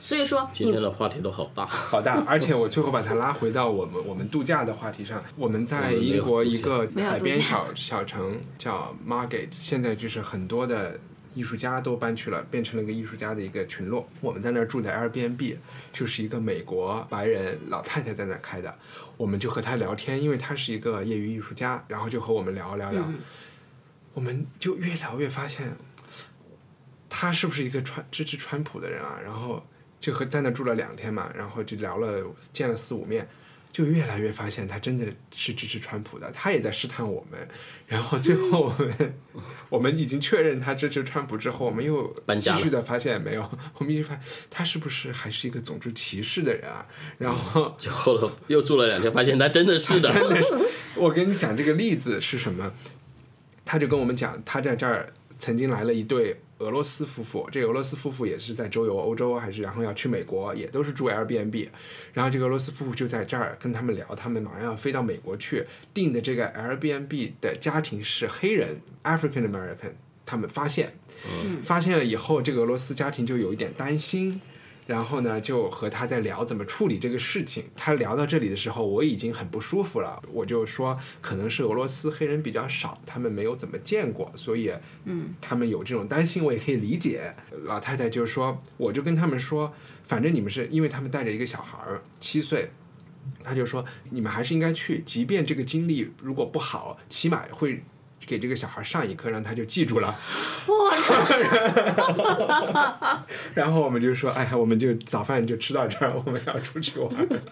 所以说今你天的话题都好大， 好大，而且我最后把它拉回到我们我们度假的话题上。我们在我们没有英国度假一个没有海度边假小小城叫 Margate，现在就是很多的艺术家都搬去了，变成了一个艺术家的一个群落。我们在那儿住在 Airbnb，就是一个美国白人老太太在那儿开的。我们就和她聊天，因为她是一个业余艺术家，然后就和我们聊聊聊。嗯我们就越聊越发现，他是不是一个川支持川普的人啊？然后就和在那住了两天嘛，然后就聊了见了四五面，就越来越发现他真的是支持川普的，他也在试探我们。然后最后嗯我们、我们已经确认他支持川普之后，我们又搬家继了续的发现没有，我们一直发现他是不是还是一个种族歧视的人啊？然后就后来又住了两天，发现他真的是的，我跟你讲这个例子是什么，他就跟我们讲，他在这儿曾经来了一对俄罗斯夫妇，这个俄罗斯夫妇也是在周游欧洲，还是然后要去美国，也都是住 Airbnb，然后这个俄罗斯夫妇就在这儿跟他们聊，他们马上要飞到美国去订的这个 Airbnb 的家庭是黑人 African American，他们发现，发现了以后，这个俄罗斯家庭就有一点担心。然后呢，就和他在聊怎么处理这个事情。他聊到这里的时候，我已经很不舒服了。我就说，可能是俄罗斯黑人比较少，他们没有怎么见过，所以，嗯，他们有这种担心，我也可以理解。老太太就说，我就跟他们说，反正你们是因为他们带着一个小孩儿，七岁，他就说你们还是应该去，即便这个经历如果不好，起码会给这个小孩上一课，让他就记住了。然后我们就说，哎呀，我们就早饭就吃到这儿，我们要出去玩了。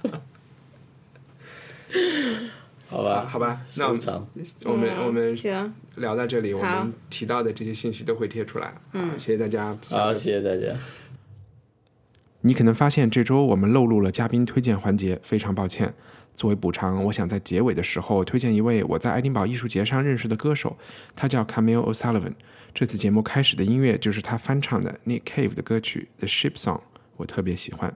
好啊吧，好吧，那我收们藏。我们我们嗯行，聊到这里，我好们提到的这些信息都会贴出来。嗯，谢谢大家。好，谢谢大家。你可能发现这周我们漏录了嘉宾推荐环节，非常抱歉。作为补偿，我想在结尾的时候推荐一位我在爱丁堡艺术节上认识的歌手，他叫 Camille O'Sullivan。这次节目开始的音乐就是他翻唱的 Nick Cave 的歌曲《The Ship Song》，我特别喜欢。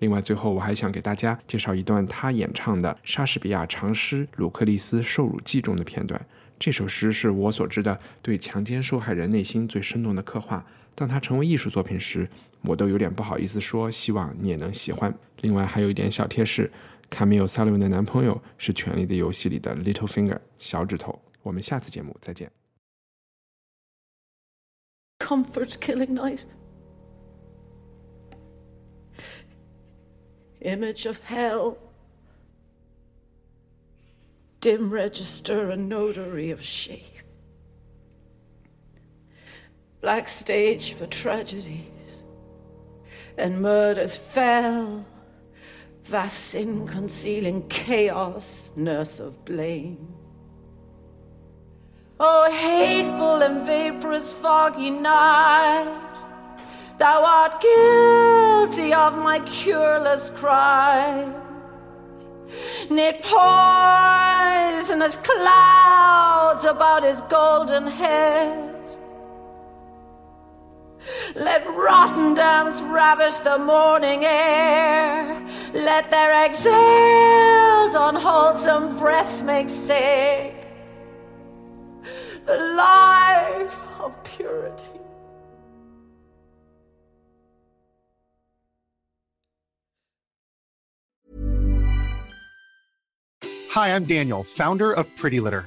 另外，最后我还想给大家介绍一段他演唱的莎士比亚长诗《鲁克利斯受辱记》中的片段。这首诗是我所知的对强奸受害人内心最生动的刻画。当它成为艺术作品时，我都有点不好意思说，希望你也能喜欢。另外还有一点小贴士，卡米尔·萨利文的男朋友是《权力的游戏》里的 Little Finger 小指头。我们下次节目再见。 comfort killing night. Image of hell. Dim register and notary of shape. Black stage for tragedies and murders fell. Vast sin concealing chaos, nurse of blame. O hateful and vaporous foggy night, thou art guilty of my cureless crime. Knit poisonous clouds about his golden head. Let rotten damps ravish the morning air. Let their exhaled unwholesome breaths make sick the life of purity. Hi, I'm Daniel, founder of Pretty Litter.